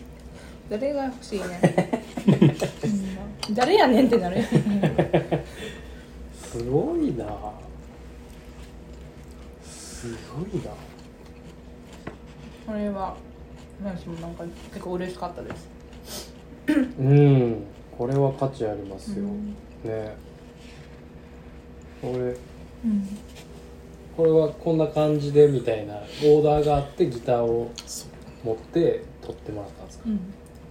Speaker 1: 誰が欲しいね。 うん誰やねんってなる。
Speaker 2: すごいなすごいな
Speaker 1: これは私もなんか結構嬉しかったです。
Speaker 2: うんこれは価値ありますよ、
Speaker 1: うん
Speaker 2: ねこれ
Speaker 1: うん、
Speaker 2: これはこんな感じでみたいなオーダーがあってギターを
Speaker 3: そ
Speaker 2: 持って撮ってもらったんですか
Speaker 1: うん、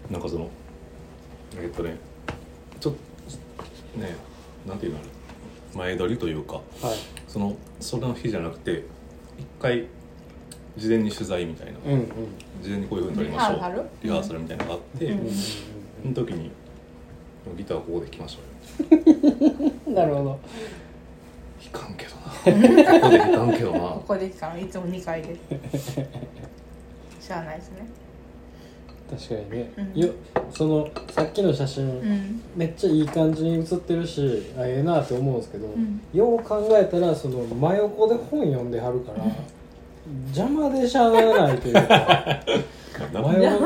Speaker 3: うなんかそのえっとねちょっとねなんていうのあれ前撮りというか
Speaker 2: はい
Speaker 3: そのそれの日じゃなくて一回事前に取材みたいな
Speaker 2: うんうん
Speaker 3: 事前にこういうふうに撮りましょ
Speaker 1: リハーサル
Speaker 3: うリハーサルみたいなのがあって、
Speaker 1: うん
Speaker 3: その時にギターここで弾きましたよ
Speaker 2: うんなるほど
Speaker 3: 弾かんけど なここで弾かんけどな
Speaker 1: ここで来たのいつも2回で。しゃあないですね。
Speaker 2: 確かにね、
Speaker 1: うん
Speaker 2: よそのさっきの写真、
Speaker 1: うん、
Speaker 2: めっちゃいい感じに写ってるしあええなって思うんですけど、
Speaker 1: ん
Speaker 2: よう考えたらその真横で本読んではるから邪魔でしゃあないという か
Speaker 3: な
Speaker 2: 真横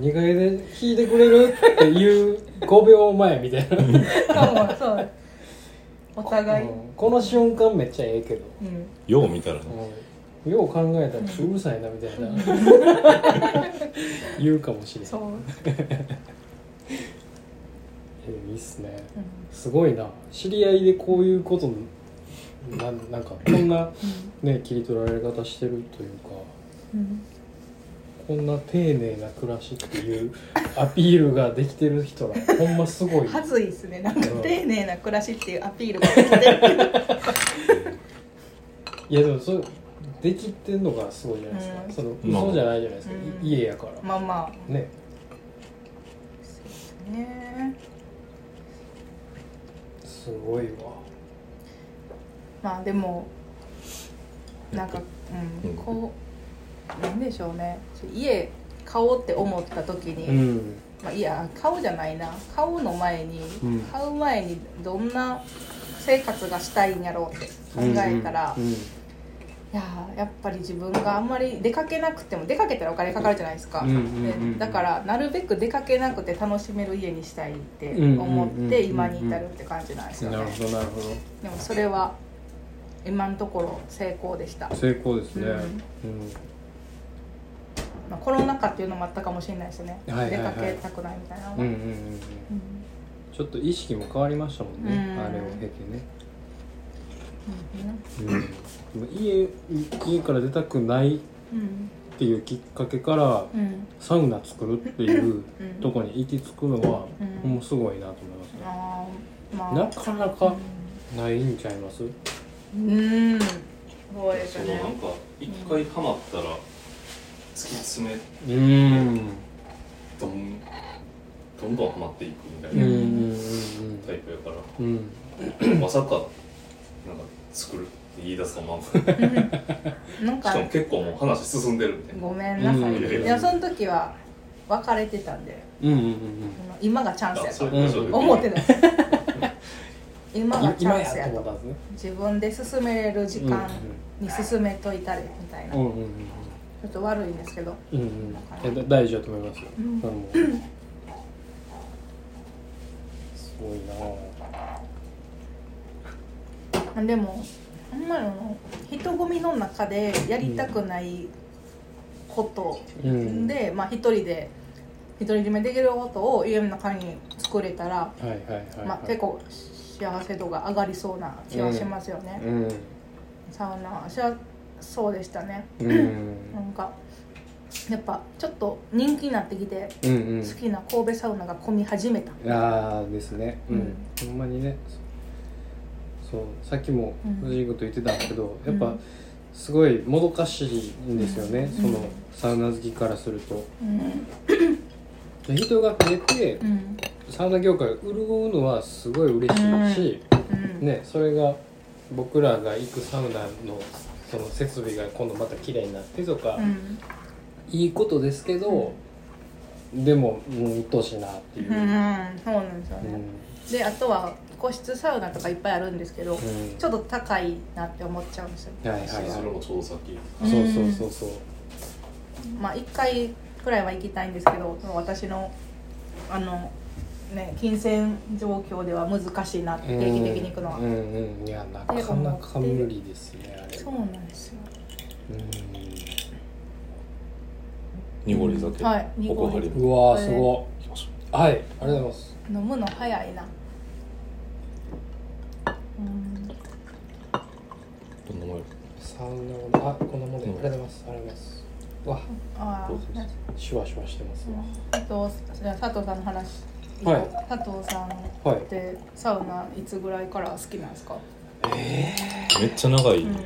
Speaker 2: 2階で弾いてくれるっていう5秒前みたいな、
Speaker 1: そうそう。お互い。
Speaker 2: うんこの瞬間めっちゃええけど、
Speaker 1: うん。
Speaker 3: よう見たらな
Speaker 2: うんよう考えたらうるさいなみたいな言うかもしれな
Speaker 1: そ。
Speaker 2: いうえいいっすね
Speaker 1: うん
Speaker 2: すごいな知り合いでこういうことなんなんかこんなね切り取られ方してるというか
Speaker 1: うん
Speaker 2: こんな丁寧な暮らしっ ていうアピールができてる人らほんますごい
Speaker 1: はずいですねなんか
Speaker 2: うん
Speaker 1: 丁寧な暮らしっていうアピールができてるけど
Speaker 2: いやでもそれできてんのがすごいじゃないですか、
Speaker 1: うん
Speaker 2: その
Speaker 3: まあ
Speaker 2: 嘘じゃないじゃないですか、
Speaker 1: うん
Speaker 2: い家やから、
Speaker 1: まあまあ
Speaker 2: ね
Speaker 1: そうですね
Speaker 2: すごいわ
Speaker 1: まあでもなんか、う
Speaker 3: うん
Speaker 1: ん、こうなんでしょうね家買おうって思った時に、
Speaker 2: ん
Speaker 1: まあ、いや買おうじゃないな買うの前に、
Speaker 2: うん
Speaker 1: 買う前にどんな生活がしたいんやろうって考えたら、
Speaker 2: うんうん
Speaker 1: いやーやっぱり自分があんまり出かけなくても出かけたらお金かかるじゃないですか、
Speaker 2: うんうんうんうん
Speaker 1: ねだからなるべく出かけなくて楽しめる家にしたいって思っ
Speaker 2: うんうんうんうん
Speaker 1: て今に至るって感じなんですよね
Speaker 2: なるほどなるほ
Speaker 1: でもそれは今のところ成功でした
Speaker 2: ど、成功ですね、
Speaker 1: まあ、コロナ禍っていうのもあったかもしれないですね、
Speaker 2: はいはいはい
Speaker 1: 出かけたくないみたいなのは
Speaker 2: うん、うんうんうんうん
Speaker 1: うん
Speaker 2: ちょっと意識も変わりましたもん
Speaker 1: う
Speaker 2: ね、
Speaker 1: ん
Speaker 2: あれを経てね、
Speaker 1: うん
Speaker 2: うん、でも家家から出たくない
Speaker 1: うん
Speaker 2: っていうきっかけから
Speaker 1: うん
Speaker 2: サウナ作るっていう
Speaker 1: うん
Speaker 2: とこに行き着くのは、
Speaker 1: うん
Speaker 2: もうすごいなと思いますね、
Speaker 1: あーまあ
Speaker 2: なかなかないんちゃいます
Speaker 1: うんそうで
Speaker 3: そ
Speaker 1: す
Speaker 3: のなん
Speaker 1: ね
Speaker 3: か一回ハマったら突き詰め
Speaker 2: うん
Speaker 3: どんどんどんハマっていくみた
Speaker 2: う
Speaker 3: い
Speaker 2: んうんう
Speaker 3: なんタイプやから、
Speaker 2: うんうん
Speaker 3: まさかなんか作るって言い出すと思わんかっ
Speaker 1: なん
Speaker 3: た
Speaker 1: か
Speaker 3: しかも結構もう話進んでるみたいな
Speaker 1: ごめんなさい、
Speaker 3: うん
Speaker 1: いやその時は別れてたんで
Speaker 2: うんうんうん
Speaker 1: 今がチャンスや
Speaker 3: あそ
Speaker 1: と
Speaker 3: ういうことで
Speaker 1: 思ってない 今がチ
Speaker 2: 今
Speaker 1: ャンス
Speaker 2: や
Speaker 1: や
Speaker 2: と思っ
Speaker 1: と
Speaker 2: たんですね
Speaker 1: 自分で進めれる時間に進めといたれみたいな、
Speaker 2: うん
Speaker 1: ち
Speaker 2: うんうん
Speaker 1: ょっと悪いんですけど
Speaker 2: うんうんいやだ大事だと思いますよ、
Speaker 1: うん
Speaker 2: あのすごいなぁ
Speaker 1: でもあんまりあの人混みの中でやりたくないこと
Speaker 2: うん
Speaker 1: で、まあ一人で独り占めできることを家の中に作れたら、
Speaker 2: はいはいはい、はい
Speaker 1: まあ、結構幸せ度が上がりそうな気はしますよね、
Speaker 2: うん
Speaker 1: サウナ私はそうでしたね
Speaker 2: うんうん
Speaker 1: なんかやっぱちょっと人気になってきて
Speaker 2: うんうん
Speaker 1: 好きな神戸サウナが混み始めた、
Speaker 2: ああですねうん、
Speaker 1: うん
Speaker 2: ほんまにねそうさっきも
Speaker 1: うん
Speaker 2: 藤井君と言ってたんですけど、
Speaker 1: うん
Speaker 2: やっぱすごいもどかしいんですよね、
Speaker 1: うん
Speaker 2: そのサウナ好きからすると
Speaker 1: うん
Speaker 2: で人が増えて
Speaker 1: うん
Speaker 2: サウナ業界が潤うのはすごい嬉しいし、
Speaker 1: うん
Speaker 2: ねそれが僕らが行くサウナのその設備が今度また綺麗になってとか、
Speaker 1: うん
Speaker 2: いいことですけど、でもうん鬱陶しいなっていう
Speaker 1: う、んそうなんですよ
Speaker 2: うん
Speaker 1: ね、であとは個室サウナとかいっぱいあるんですけど、
Speaker 2: うん
Speaker 1: ちょっと高いなって思っちゃうんですよ、
Speaker 2: はいはい
Speaker 3: それ
Speaker 2: は
Speaker 3: もちょうどさっき
Speaker 2: いそうそうそうそう
Speaker 1: まあ1回くらいは行きたいんですけど私のあのね金銭状況では難しいな定期的に行くのは、
Speaker 2: うんうんうんいやなかなか無理ですねあれ
Speaker 1: そうなんですよ
Speaker 3: 濁り酒
Speaker 1: はい
Speaker 3: ここ張り
Speaker 2: うんうわ
Speaker 1: こ
Speaker 2: ー
Speaker 1: れ
Speaker 2: すご
Speaker 3: 行きましょ
Speaker 2: いはいありがとうございます
Speaker 1: 飲むの早いなうん
Speaker 3: うどんなもんや
Speaker 2: サウナのあこんなもんでありがとうございますありがとうございますわ
Speaker 1: あ
Speaker 3: どうぞ
Speaker 1: あ
Speaker 2: シュワシュワしてますわ
Speaker 1: 佐藤じゃあ佐藤さんの話、
Speaker 2: はい
Speaker 1: 佐藤さん
Speaker 2: はい
Speaker 1: ってサウナいつぐらいから好きなんですか、
Speaker 3: めっちゃ長い、
Speaker 1: うん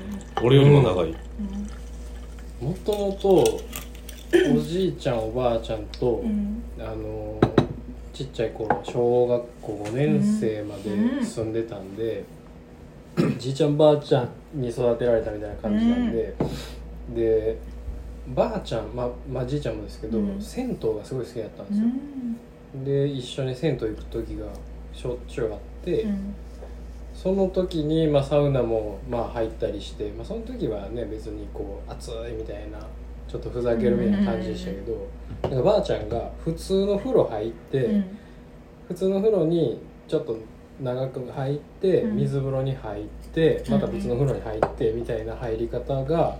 Speaker 3: 俺よりも長い、
Speaker 2: もともとおじいちゃんおばあちゃんと、
Speaker 1: うん
Speaker 2: あのーちっちゃい頃小学校5年生まで住んでたんで、 じいちゃんばあちゃんに育てられたみたいな感じなんで、でばあちゃんまあまあじいちゃんもですけど、
Speaker 1: うん
Speaker 2: 銭湯がすごい好きだったん
Speaker 1: う
Speaker 2: ですよ、
Speaker 1: ん
Speaker 2: で一緒に銭湯行く時がしょっちゅうあって、
Speaker 1: うん
Speaker 2: その時に、まあ、サウナも、まあ、入ったりして、まあ、その時はね別にこう暑いみたいなちょっとふざけるみたいな感じでしたけど、なんかばあちゃんが普通の風呂入って、
Speaker 1: うん
Speaker 2: 普通の風呂にちょっと長く入って、
Speaker 1: うん
Speaker 2: 水風呂に入ってまた別の風呂に入ってみたいな入り方が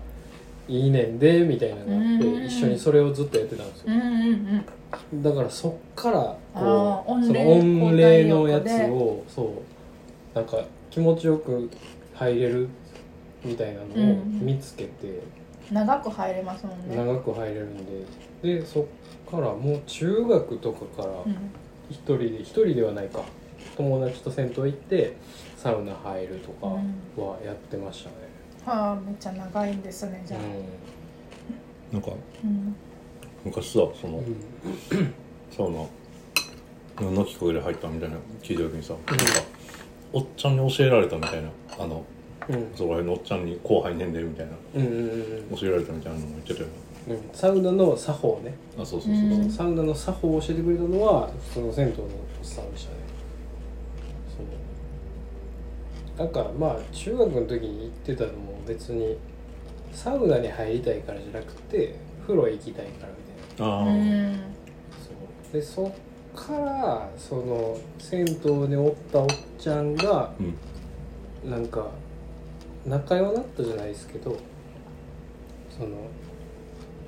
Speaker 2: いいねんでみたいなのがあって、
Speaker 1: うん
Speaker 2: 一緒にそれをずっとやってたんです
Speaker 1: う
Speaker 2: よ、
Speaker 1: んうん
Speaker 2: だからそっから
Speaker 1: あ
Speaker 2: こ
Speaker 1: ー
Speaker 2: うその
Speaker 1: 御
Speaker 2: 御
Speaker 1: 礼
Speaker 2: 礼のやつをそうなんか気持ちよく入れるみたいなのを見つけて、
Speaker 1: 長く入れますもんね
Speaker 2: 長く入れるんででそっからもう中学とかから、
Speaker 1: うん
Speaker 2: 一人で一人ではないか友達と銭湯行ってサウナ入るとかはやってましたね、
Speaker 1: はあめっちゃ長いんですねじゃあ、
Speaker 3: なんか
Speaker 1: うん
Speaker 3: 昔さその、
Speaker 2: うん
Speaker 3: サウナ何のきっかけで入ったみたいな聞いた時にさ、なんかおっちゃんに教えられたみたいなあの
Speaker 2: うん
Speaker 3: そこら辺のおっちゃんに後輩年齢みたいな
Speaker 2: うんうんうん
Speaker 3: 教えられたみたいなのも言ってたよ
Speaker 2: うんうんサウナの作法ね、
Speaker 3: なあそうそうそうそう、
Speaker 1: うん
Speaker 2: サウナの作法を教えてくれたのは普通の銭湯のおっさんでしたねそうなんかまあ中学の時に行ってたのも別にサウナに入りたいからじゃなくて風呂行きたいからみたいな
Speaker 3: あ
Speaker 4: う
Speaker 3: ー
Speaker 4: ん
Speaker 2: そうでそっからその銭湯でおったおっちゃんが
Speaker 3: うん
Speaker 2: なんか仲良くなったじゃないですけどその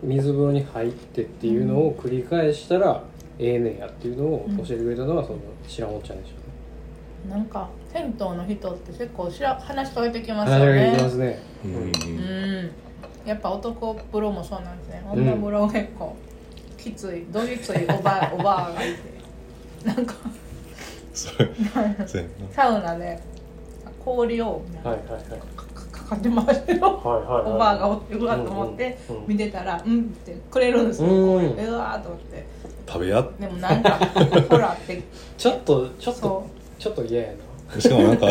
Speaker 2: 水風呂に入ってっていうのを繰り返したら、ええねんやっていうのを教えてくれたのはその知らんおっちゃんでし
Speaker 1: なんか銭湯の人って結構しら話しかけてき
Speaker 2: た
Speaker 1: ます
Speaker 2: ね話
Speaker 1: よ
Speaker 2: がで
Speaker 1: ね
Speaker 2: きますね、
Speaker 3: うんう
Speaker 1: う
Speaker 3: ん
Speaker 1: んやっぱ男風呂もそうなんですね女風呂結構きついどぎついおばおばあがいてなんか
Speaker 3: それそうやんな
Speaker 1: サウナで氷を
Speaker 2: はい
Speaker 1: か
Speaker 2: はいはいはい
Speaker 1: かかって回してるお
Speaker 2: はいはい
Speaker 1: ばあがおってうわっと思って
Speaker 2: うんうんうん
Speaker 1: 見てたら「うん」ってくれるんですよ
Speaker 2: うん
Speaker 1: うわーと思って
Speaker 3: 食べやっ
Speaker 1: でもなん かほらって
Speaker 2: ちょっとちょっ
Speaker 1: そ
Speaker 2: とちょっと嫌やな
Speaker 3: しかもなんか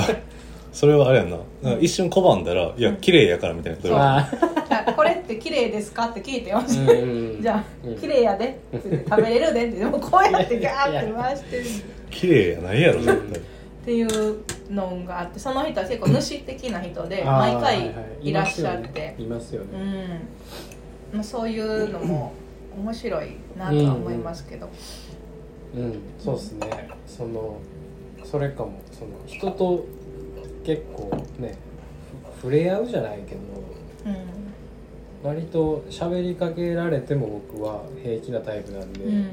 Speaker 3: それはあれやんななんか一瞬拒んだら「いや綺麗やから」みたいなこと言わ
Speaker 2: あ
Speaker 1: うじゃあこれって綺麗ですかって聞いてま
Speaker 2: ー
Speaker 1: し
Speaker 2: うん
Speaker 1: た
Speaker 2: うんう ん
Speaker 1: じゃあ
Speaker 2: うん
Speaker 1: 「綺麗やで」って言って食べれるで」ってでもこうやってガーって回してる
Speaker 3: れる綺麗やないやろ絶
Speaker 1: っ
Speaker 3: 対
Speaker 1: ていうのがあってその人は結構主的な人で
Speaker 2: あー
Speaker 1: 毎
Speaker 2: は
Speaker 1: 回
Speaker 2: はい
Speaker 1: らっしゃって、
Speaker 2: いますよねいますよ
Speaker 1: う
Speaker 2: ね
Speaker 1: んまあ、そういうのも面白いなとは思いますけど、
Speaker 2: うん、そうですねそのそれかもその人と結構ねふ触れ合うじゃないけど
Speaker 1: うん
Speaker 2: 割と喋りかけられても僕は平気なタイプなんで、
Speaker 1: うん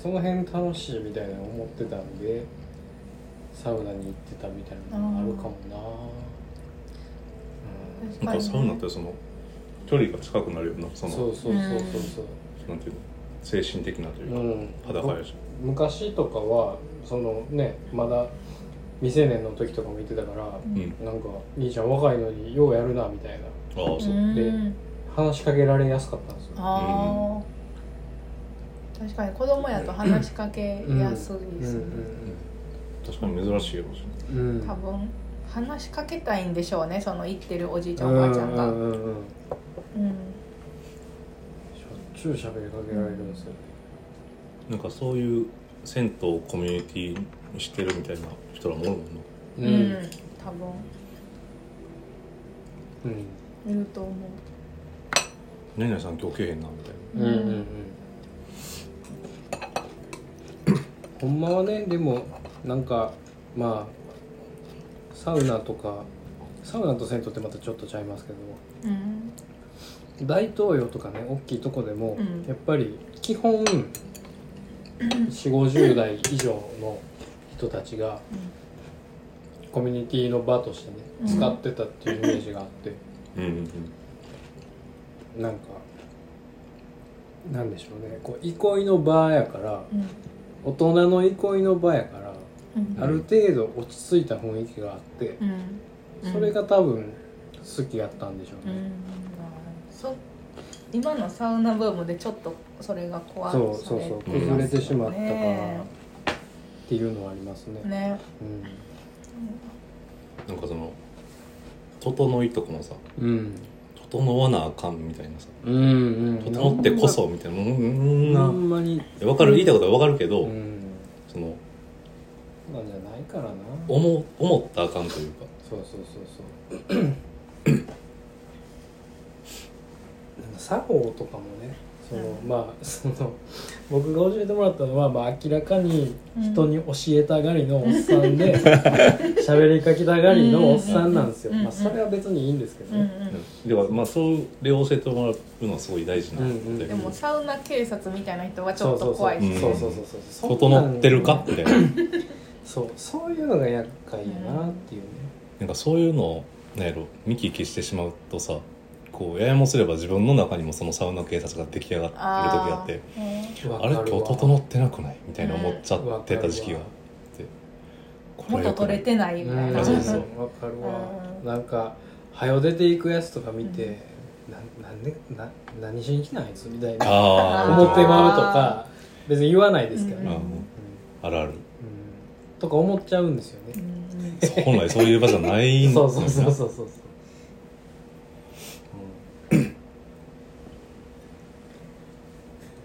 Speaker 2: その辺楽しいみたいなの思ってたんでサウナに行ってたみたいなのあるかもなうん
Speaker 1: 確
Speaker 3: な
Speaker 1: か
Speaker 3: んか
Speaker 1: に
Speaker 3: サウナってその距離が近くなるよなその
Speaker 2: そうそうそうそうそう、
Speaker 3: なんていうの精神的なというか、
Speaker 2: うん
Speaker 3: 裸やし
Speaker 2: 昔とかはそのねまだ未成年の時とかも言ってたから、
Speaker 3: うん
Speaker 2: なんか兄ちゃん若いのにようやるなみたいな
Speaker 3: ああそう、
Speaker 1: うん
Speaker 2: 話しかけられやすかったんですよ
Speaker 1: あー確かに子供やと話しかけやすいですね、
Speaker 3: 確かに珍しいやろし
Speaker 2: うんうんうん
Speaker 1: 多分話しかけたいんでしょうねその行ってるおじいちゃんおばあちゃんが、
Speaker 2: う
Speaker 1: うん
Speaker 2: うんうんしょっちゅう喋りかけられるんですよね
Speaker 3: なんかそういう銭湯をコミュニティにしてるみたいな人らもおるもんな
Speaker 2: う
Speaker 1: うん
Speaker 2: ん
Speaker 1: 多分
Speaker 2: うん
Speaker 1: いると思う
Speaker 3: 「何々さん今日来えへんな」みたいな
Speaker 2: うんうんうんほんまはねでもなんかまあサウナとかサウナと銭湯ってまたちょっとちゃいますけど
Speaker 1: うん
Speaker 2: 大東洋とかね大きいとこでも、
Speaker 1: うん
Speaker 2: やっぱり基本4 5 0代以上の人たちがコミュニティの場としてね
Speaker 1: うん
Speaker 2: 使ってたっていうイメージがあって、
Speaker 3: うんうん
Speaker 2: なんかなんでしょうねこう憩いの場やから
Speaker 1: うん
Speaker 2: 大人の憩いの場やから、
Speaker 1: うん
Speaker 2: ある程度落ち着いた雰囲気があって、
Speaker 1: うんうん
Speaker 2: それが多分好きやったんでしょう
Speaker 1: う
Speaker 2: ね、
Speaker 1: んそ今のサウナブームでちょっとそれが怖い
Speaker 2: そうそうそう
Speaker 3: れ
Speaker 2: 崩れてしまったから
Speaker 1: ね
Speaker 2: っていうのはありますね
Speaker 1: ね
Speaker 3: なんかその「整い」とかもさ
Speaker 2: うん、うん
Speaker 3: 「整わなあかん」みたいなさ
Speaker 2: うんうん
Speaker 3: 「整ってこそ」みたいな「うんうん
Speaker 2: あ
Speaker 3: な」
Speaker 2: んまり
Speaker 3: いやわかる言いたいことはわかるけど、
Speaker 2: うん
Speaker 3: その
Speaker 2: なんじゃないからな
Speaker 3: 思思ったらあかんというか
Speaker 2: そうそうそうそうなんか作法とかもねその、
Speaker 1: う
Speaker 2: まあその僕が教えてもらったのは、まあ、明らかに人に教えたがりのおっさん で喋、りかけたがりのおっさんなんですよ、
Speaker 1: うんうんうん
Speaker 2: まあ、それは別にいいんですけど
Speaker 1: うん
Speaker 2: ね、
Speaker 3: ではまあそれを教えてもらうのはすごい大事なので、
Speaker 1: うんでもサウナ警察みたいな人はちょっと怖い
Speaker 3: し
Speaker 1: で
Speaker 3: ね
Speaker 2: そうそうそうそうそうそんなん
Speaker 3: 整ってるかみたいな
Speaker 2: そうそういうのが厄介やなっていうね、
Speaker 3: なんかそういうのをなんやろ見聞きしてしまうとさこうややもすれば自分の中にもそのサウナ警察が出来上がってる時があって
Speaker 2: わ
Speaker 3: あ
Speaker 2: か
Speaker 3: れ
Speaker 2: るわ
Speaker 3: 今日整ってなくないみたいな思っちゃってた時期があって、こ
Speaker 1: もっと
Speaker 3: 良く
Speaker 1: 取
Speaker 3: な
Speaker 1: れ
Speaker 3: い
Speaker 1: てないみたいな
Speaker 3: あそうそう
Speaker 2: わかるわ
Speaker 1: う。ん
Speaker 2: なんか、はよ出ていくやつとか見て、な、なんで、な、何しに来ないあいつみたいな。
Speaker 3: ああ
Speaker 1: ー
Speaker 2: 思ってまうとか、別に言わないですけど
Speaker 1: うん
Speaker 2: ね。うん
Speaker 3: あるある
Speaker 2: とか思っちゃうんですよね。
Speaker 1: うん
Speaker 3: そう本来そういう場じゃないんだ
Speaker 2: そう
Speaker 3: よな
Speaker 2: そうそうそうそうそう。
Speaker 1: うん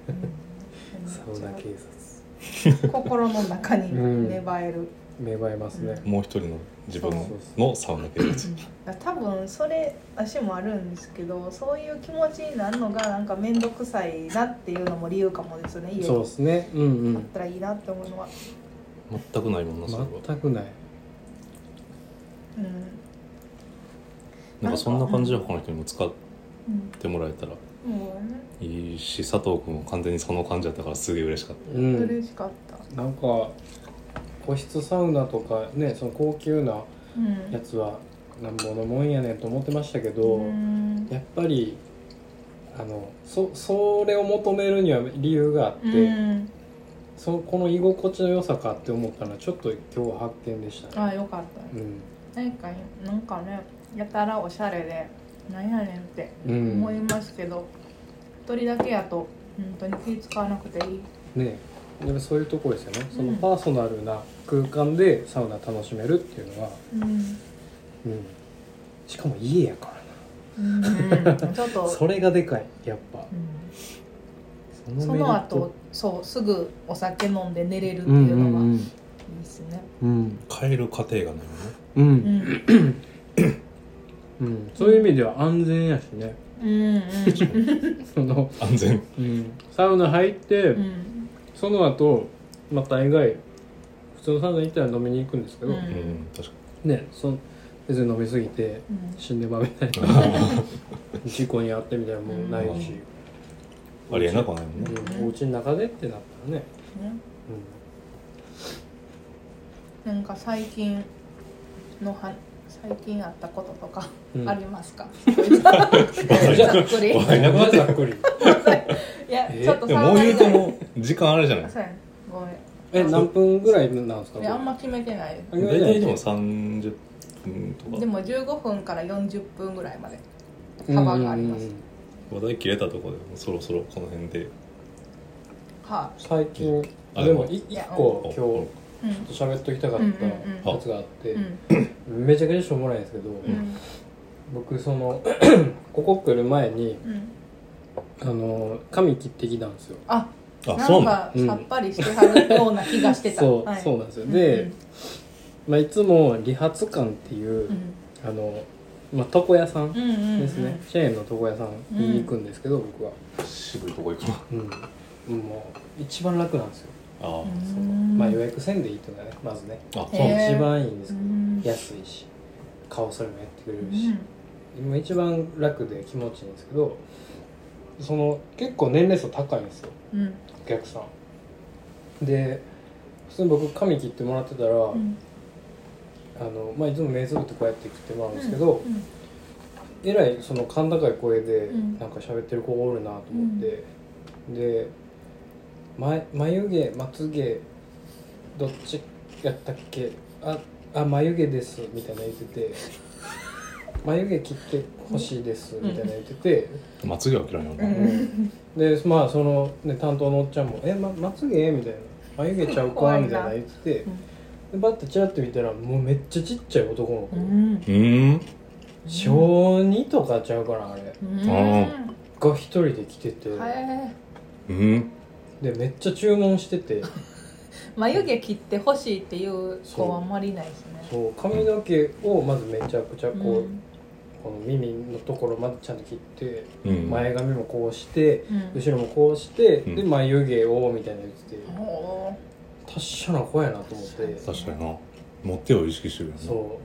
Speaker 2: うんサウナ警察。
Speaker 1: 心の中に芽生える
Speaker 2: 芽生えますね、
Speaker 3: もう一人の自分
Speaker 2: そう
Speaker 3: の差を抜けるやつ
Speaker 1: だから多分それ私もあるんですけどそういう気持ちになるのがなんか面倒くさいなっていうのも理由かもですよね家
Speaker 2: そう
Speaker 1: に
Speaker 2: ですねうんう
Speaker 1: あっ
Speaker 2: ん
Speaker 1: たらいいなって思うのは、
Speaker 3: 全くないもんなそれは
Speaker 2: 全くない
Speaker 1: うん
Speaker 3: なんかそんな感じで他の人にも使
Speaker 1: う
Speaker 3: っ
Speaker 1: ん
Speaker 3: てもらえたら
Speaker 1: もうね
Speaker 3: いいし佐藤君も完全にその感じだったからすげえ嬉しかっ
Speaker 2: うん
Speaker 1: 嬉しかった、
Speaker 2: なんか個室サウナとかねその高級な
Speaker 1: うん、
Speaker 2: やつはなんぼのもんやねんと思ってましたけど、
Speaker 1: うん
Speaker 2: やっぱりあのそそれを求めるには理由があって、
Speaker 1: うん
Speaker 2: そこの居心地の良さかって思ったのはちょっと今日発見でしたね
Speaker 1: ああよかった
Speaker 2: うん
Speaker 1: なんかなんかねやたらおしゃれでなんやねんって
Speaker 2: うん
Speaker 1: 思いますけど、一人だけやと本当に気使わなくていい、
Speaker 2: ねでもそういうとこですよねその
Speaker 1: うん
Speaker 2: パーソナルな空間でサウナ楽しめるっていうのは、
Speaker 1: うん
Speaker 2: うん、しかも家やか
Speaker 1: う
Speaker 2: ら
Speaker 1: ん、ちょっ
Speaker 2: な
Speaker 1: と
Speaker 2: それがでかいやっぱ
Speaker 1: うん
Speaker 2: そのメリット
Speaker 1: その後そうすぐお酒飲んで寝れるって
Speaker 2: う
Speaker 1: い
Speaker 2: ん
Speaker 1: うのがいい
Speaker 2: うん
Speaker 1: ですね、
Speaker 2: うん
Speaker 3: た変える過程がないよね
Speaker 2: う
Speaker 1: うんん
Speaker 2: うんそういう意味では安全やしね
Speaker 1: うんうん
Speaker 2: その、
Speaker 3: 安全
Speaker 2: うん、サウナ入って、
Speaker 1: うん
Speaker 2: その後また以外普通のサウナ行ったら飲みに行くんですけど、
Speaker 1: うん
Speaker 3: うん確か
Speaker 2: ねそん別に飲みすぎて
Speaker 1: うん
Speaker 2: 死んでまみたいな 事故に遭ってみたいなのもないし、
Speaker 3: にありえなくはないもんね
Speaker 2: うんお家の中でってなったら
Speaker 1: ね
Speaker 2: ね、
Speaker 1: なんか最近のは最近あったこととか
Speaker 2: うんうん
Speaker 1: ありますか、
Speaker 3: り
Speaker 1: ざっくり
Speaker 3: わかりなくなって
Speaker 2: ざっくり
Speaker 1: いや
Speaker 2: え
Speaker 1: ちょっと
Speaker 3: で
Speaker 1: サ
Speaker 3: も
Speaker 1: ウ
Speaker 3: もう
Speaker 1: ナ以
Speaker 3: 言うて
Speaker 1: 外
Speaker 3: も時間あるじゃない
Speaker 1: そうやねごめん
Speaker 2: え何分ぐらいなんですか
Speaker 1: いやあんま決めてない
Speaker 2: あ
Speaker 3: 大体でも30分と
Speaker 1: で
Speaker 3: か
Speaker 1: も15分から40分ぐらいまで幅があります、
Speaker 2: うんうんうん
Speaker 3: 話題切れたところでもうそろそろこの辺で
Speaker 1: は
Speaker 2: 最近
Speaker 3: あ
Speaker 2: でも
Speaker 3: でも
Speaker 2: い一個今
Speaker 3: お
Speaker 2: 日ちょ
Speaker 1: い、
Speaker 2: っと喋っときたかったやつがあって、
Speaker 1: うんうん
Speaker 2: めちゃくちゃしょうもないんですけど、
Speaker 1: うん
Speaker 2: 僕その ここ来る前に
Speaker 1: うん
Speaker 2: あの髪切ってきたんですよ
Speaker 1: あ
Speaker 3: あ
Speaker 1: な
Speaker 3: そうんな
Speaker 1: かさっぱりしてはるような気がしてた
Speaker 2: そう、
Speaker 1: はい
Speaker 2: そうなんですよで、まあ、いつも理髪館っていう、
Speaker 1: うん
Speaker 2: あの、まあ、床屋さん
Speaker 1: うんうんうんうん
Speaker 2: ですね、チェーンの床屋さんに行くんですけど、僕は、
Speaker 3: の渋いとこ行くな
Speaker 2: うん、もう一番楽なんですよ、
Speaker 3: あ
Speaker 1: う
Speaker 3: あ
Speaker 1: ん
Speaker 2: まあ、予約せんでいいっていうのがねまずね、
Speaker 3: あそう
Speaker 1: へえ
Speaker 2: 一番いいんですけど、
Speaker 1: うん
Speaker 2: 安いし顔それもやってくれ
Speaker 1: う
Speaker 2: るし、
Speaker 1: ん
Speaker 2: もう一番楽で気持ちいいんですけどその結構年齢層高いんですよ
Speaker 1: うん
Speaker 2: お客さんで普通に僕髪切ってもらってたら、
Speaker 1: うん
Speaker 2: あのまあ、いつも目つぶってこうやって切ってもらうんですけど、えらいその甲高い声で
Speaker 1: うん
Speaker 2: なんか喋ってる子おるなと思って、で、ま、眉毛まつげどっちやったっけああ眉毛ですみたいな言って て眉毛切ってほしいですみたいな言ってて、
Speaker 3: まつげは嫌いなの
Speaker 1: うん
Speaker 2: でまあその、ね、担当のおっちゃんも「えままつげ?」みたいな「眉毛ちゃうか?」
Speaker 1: 怖いな
Speaker 2: みたいな言ってて
Speaker 1: うん
Speaker 2: でバッてチラッて見たらもうめっちゃちっちゃい男の子、
Speaker 1: うん
Speaker 3: うーん
Speaker 2: 小2とかちゃうかなあれ
Speaker 1: うん
Speaker 3: あ
Speaker 2: が一人で来てて。
Speaker 1: はい
Speaker 3: うん
Speaker 2: でめっちゃ注文してて
Speaker 1: 眉毛切ってほしいっていう子はあんまりいないですね
Speaker 2: そう髪の毛をまずめちゃくちゃこう、
Speaker 1: ん
Speaker 2: この耳のところまでちゃんと切って、
Speaker 3: うん
Speaker 2: 前髪もこうして
Speaker 1: うん
Speaker 2: 後ろもこうして、
Speaker 3: うん
Speaker 2: で眉毛をみたいな言ってて
Speaker 1: おー
Speaker 2: 達者な子やなと思って
Speaker 3: 確かにな持ってを意識してるよね
Speaker 2: そ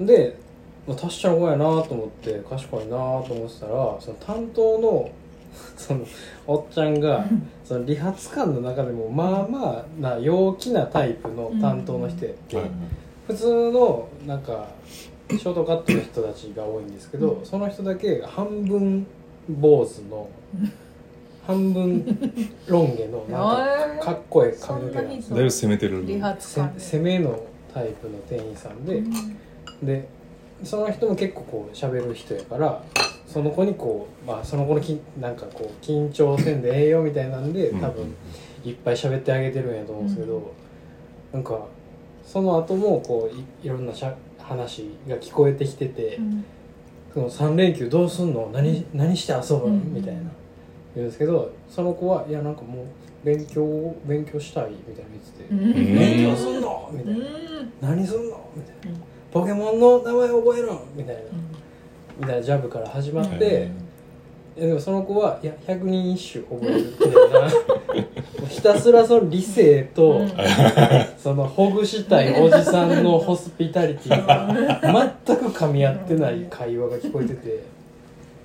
Speaker 2: うで、まあ、達者な子やなと思って賢いなと思ってたらその担当の そのおっちゃんがその理髪館の中でもまあまあな陽気なタイプの担当の人やって、
Speaker 3: はい
Speaker 2: 普通のなんかショートカットの人たちが多いんですけど、
Speaker 1: うん
Speaker 2: その人だけ半分坊主 の半分ロン毛のな
Speaker 1: え
Speaker 2: ん
Speaker 1: ー
Speaker 2: かかっこいい髪の毛なんです
Speaker 1: そ
Speaker 3: だいぶ攻めてる
Speaker 1: 理髪
Speaker 2: せ
Speaker 1: 館で
Speaker 2: 攻めのタイプの店員さんで、でその人も結構こう喋る人やからその子にこう、まあ、その子のきなんかこう緊張せんでええよみたいなんで
Speaker 3: うん
Speaker 2: 多分いっぱい喋ってあげてるんやと思うんですけど、なんかその後もこういいろんなしゃ話が聞こえてきてて、
Speaker 1: うん
Speaker 2: その3連休どうすんの何何して遊ぶの
Speaker 1: うん
Speaker 2: みたいな言うんですけどその子はいやなんかもう勉強を勉強したいみたいなの言ってて、
Speaker 1: うん
Speaker 2: 勉強すんのみた
Speaker 1: う
Speaker 2: いな、
Speaker 1: ん
Speaker 2: 何すんのみたいな、
Speaker 1: うん
Speaker 2: ポケモンの名前覚えるみたいな、みたいなジャブから始まって、
Speaker 3: へ
Speaker 2: いやでもその子はいや百人一首覚えるみたいな もうひたすらその理性と、
Speaker 1: うん
Speaker 2: そのほぐしたいおじさんのホスピタリティが全く噛み合ってない会話が聞こえてて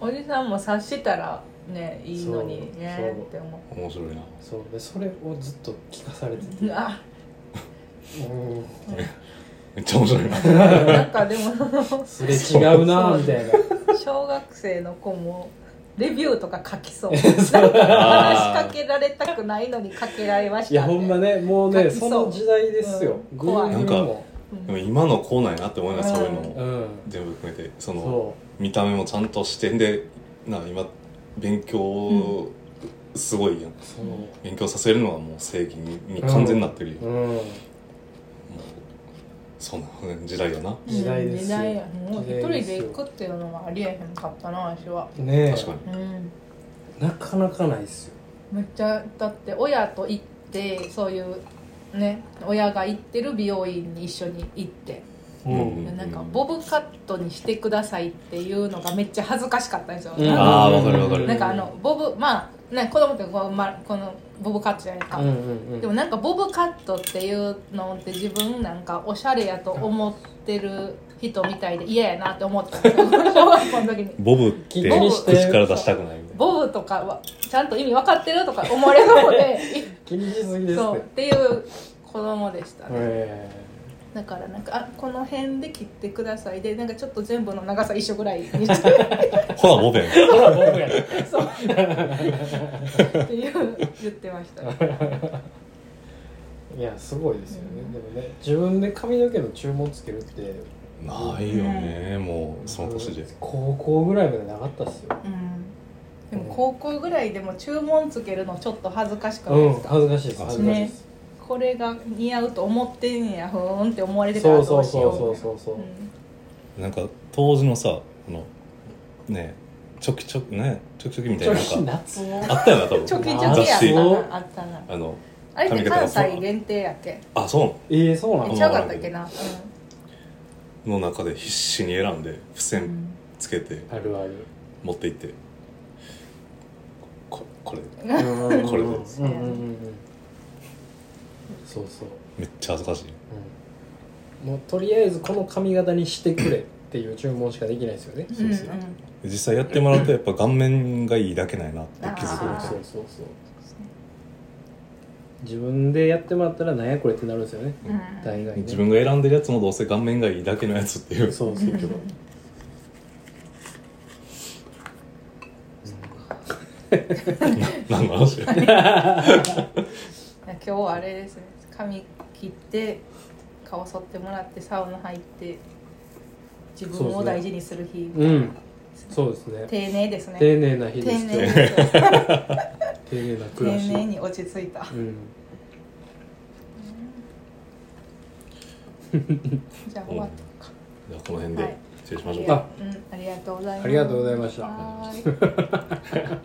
Speaker 1: おじさんも察したらねいいのにね
Speaker 2: そう
Speaker 1: って思
Speaker 3: 面白いな
Speaker 2: そうでそれをずっと聞かされてて
Speaker 1: うあ
Speaker 2: うん
Speaker 3: めっちゃ面白いな
Speaker 1: なんかでもその
Speaker 2: すれ違うなぁみたいな
Speaker 1: 小学生の子もレビューとか書きそう
Speaker 2: そう
Speaker 1: 話しかけられたくないのにかけられました
Speaker 2: いやほんまねもう
Speaker 1: 書
Speaker 2: ね
Speaker 1: き
Speaker 2: そ
Speaker 1: そう
Speaker 2: の時代ですよ、
Speaker 1: うん
Speaker 2: グーグルも
Speaker 3: でも今の校内なって思いますそういうの
Speaker 2: う
Speaker 3: も
Speaker 2: ん
Speaker 3: 全部含めてその
Speaker 2: そ
Speaker 3: 見た目もちゃんとしてんでな今勉強すごいやん
Speaker 2: うそう
Speaker 3: 勉強させるのはもう正義にに完全になってるよ、
Speaker 2: うん
Speaker 3: そんな時代やな
Speaker 2: 時代ですよ
Speaker 1: 時代やもう一
Speaker 2: 時
Speaker 1: 人
Speaker 2: 代です
Speaker 1: で
Speaker 2: よ
Speaker 1: 行くっていうのはありえへんかったな私は
Speaker 2: ねえ
Speaker 3: 確かに
Speaker 1: うん
Speaker 2: なかなかないですよ
Speaker 1: めっちゃだって親と行ってそういうね親が行ってる美容院に一緒に行って
Speaker 3: うん
Speaker 1: なんかボブカットにしてくださいっていうのがめっちゃ恥ずかしかったんですよ、
Speaker 3: んあーわかるわかる
Speaker 1: なんかあのボブまあね子供ってこう、ま、このボブカットじゃないですか、
Speaker 2: うんうんうん
Speaker 1: でもなんかボブカットっていうのって自分なんかおしゃれやと思ってる人みたいで嫌やなって思ってたんですよ小学校の時に
Speaker 3: ボブって
Speaker 2: 気
Speaker 1: にして
Speaker 3: 口から出したくないみたいな
Speaker 1: ボブとかはちゃんと意味分かってるとか思われそう で
Speaker 2: 気にしすぎです
Speaker 1: そうっ
Speaker 2: ね
Speaker 1: ていう子供でしたね、
Speaker 2: え
Speaker 1: だからなんかあこの辺で切ってくださいでなんかちょっと全部の長さ一緒ぐらいにして
Speaker 3: ほらボベ ン
Speaker 2: えほら僕やね
Speaker 1: そうって いう言ってました、ね、
Speaker 2: いやすごいですよね、でもね自分で髪の毛の注文つけるって
Speaker 3: ないよねもうその年で
Speaker 2: 高校ぐらいまでなかったっすよ
Speaker 1: うんでも高校ぐらいでも注文つけるのちょっと恥ずかしくない
Speaker 2: うん
Speaker 1: ですか、
Speaker 2: 恥ずかしいです恥ずかしいで
Speaker 1: ね
Speaker 2: す、
Speaker 1: これが似合うと思ってんやふーんって思われてたら
Speaker 2: そ
Speaker 1: ど
Speaker 2: うそうう
Speaker 1: し
Speaker 2: そ
Speaker 1: よ
Speaker 2: う
Speaker 1: う
Speaker 2: そうそうそう、
Speaker 3: なんか当時のさあのねちょきちょきねちょきちょきみたいな
Speaker 2: ちょっと
Speaker 3: なんか
Speaker 2: 夏を
Speaker 3: あったよな多分
Speaker 1: ちょきちょきやった
Speaker 2: そう
Speaker 1: なあったな
Speaker 3: あの
Speaker 1: あれって関西限定やっけ
Speaker 3: あそ
Speaker 2: ええそうな
Speaker 1: え
Speaker 2: の
Speaker 1: ちゃうかったっけな、
Speaker 3: うなの中で必死に選んで付
Speaker 1: う
Speaker 3: 箋
Speaker 1: ん
Speaker 3: つけて
Speaker 2: あるある
Speaker 3: 持って行ってここれ
Speaker 2: こう
Speaker 3: れ
Speaker 2: ん
Speaker 3: で
Speaker 2: うんうんうんそうそう、
Speaker 3: めっちゃ恥ずかしい
Speaker 2: うん、もうとりあえずこの髪型にしてくれっていう注文しかできないですよね
Speaker 1: うんうん
Speaker 3: そう実際やってもらうとやっぱ顔面がいいだけないなって 気
Speaker 2: そう
Speaker 3: づくみたい
Speaker 2: そうそうそう自分でやってもらったらなんやこれってなるんですよね
Speaker 1: うん
Speaker 2: 大概ね
Speaker 3: 自分が選んでるやつもどうせ顔面がいいだけのやつっていう
Speaker 2: そうそうそう
Speaker 3: 何の話
Speaker 1: 今日はあれですね髪切って顔剃ってもらってサウナ入って自分を大事にする日、
Speaker 2: うんそうですね
Speaker 1: 丁寧ですね
Speaker 2: 丁寧な日
Speaker 1: 丁
Speaker 2: です
Speaker 1: 寧
Speaker 2: よ
Speaker 1: ですよ
Speaker 2: 丁寧な
Speaker 1: 丁
Speaker 2: 暮らし
Speaker 1: 寧に落ち着いた
Speaker 2: うん
Speaker 1: じゃあ終わったか
Speaker 3: じゃあこの辺で失礼しましょうか、
Speaker 1: はいうんありがとうございます
Speaker 2: ありがとうございました
Speaker 1: はーい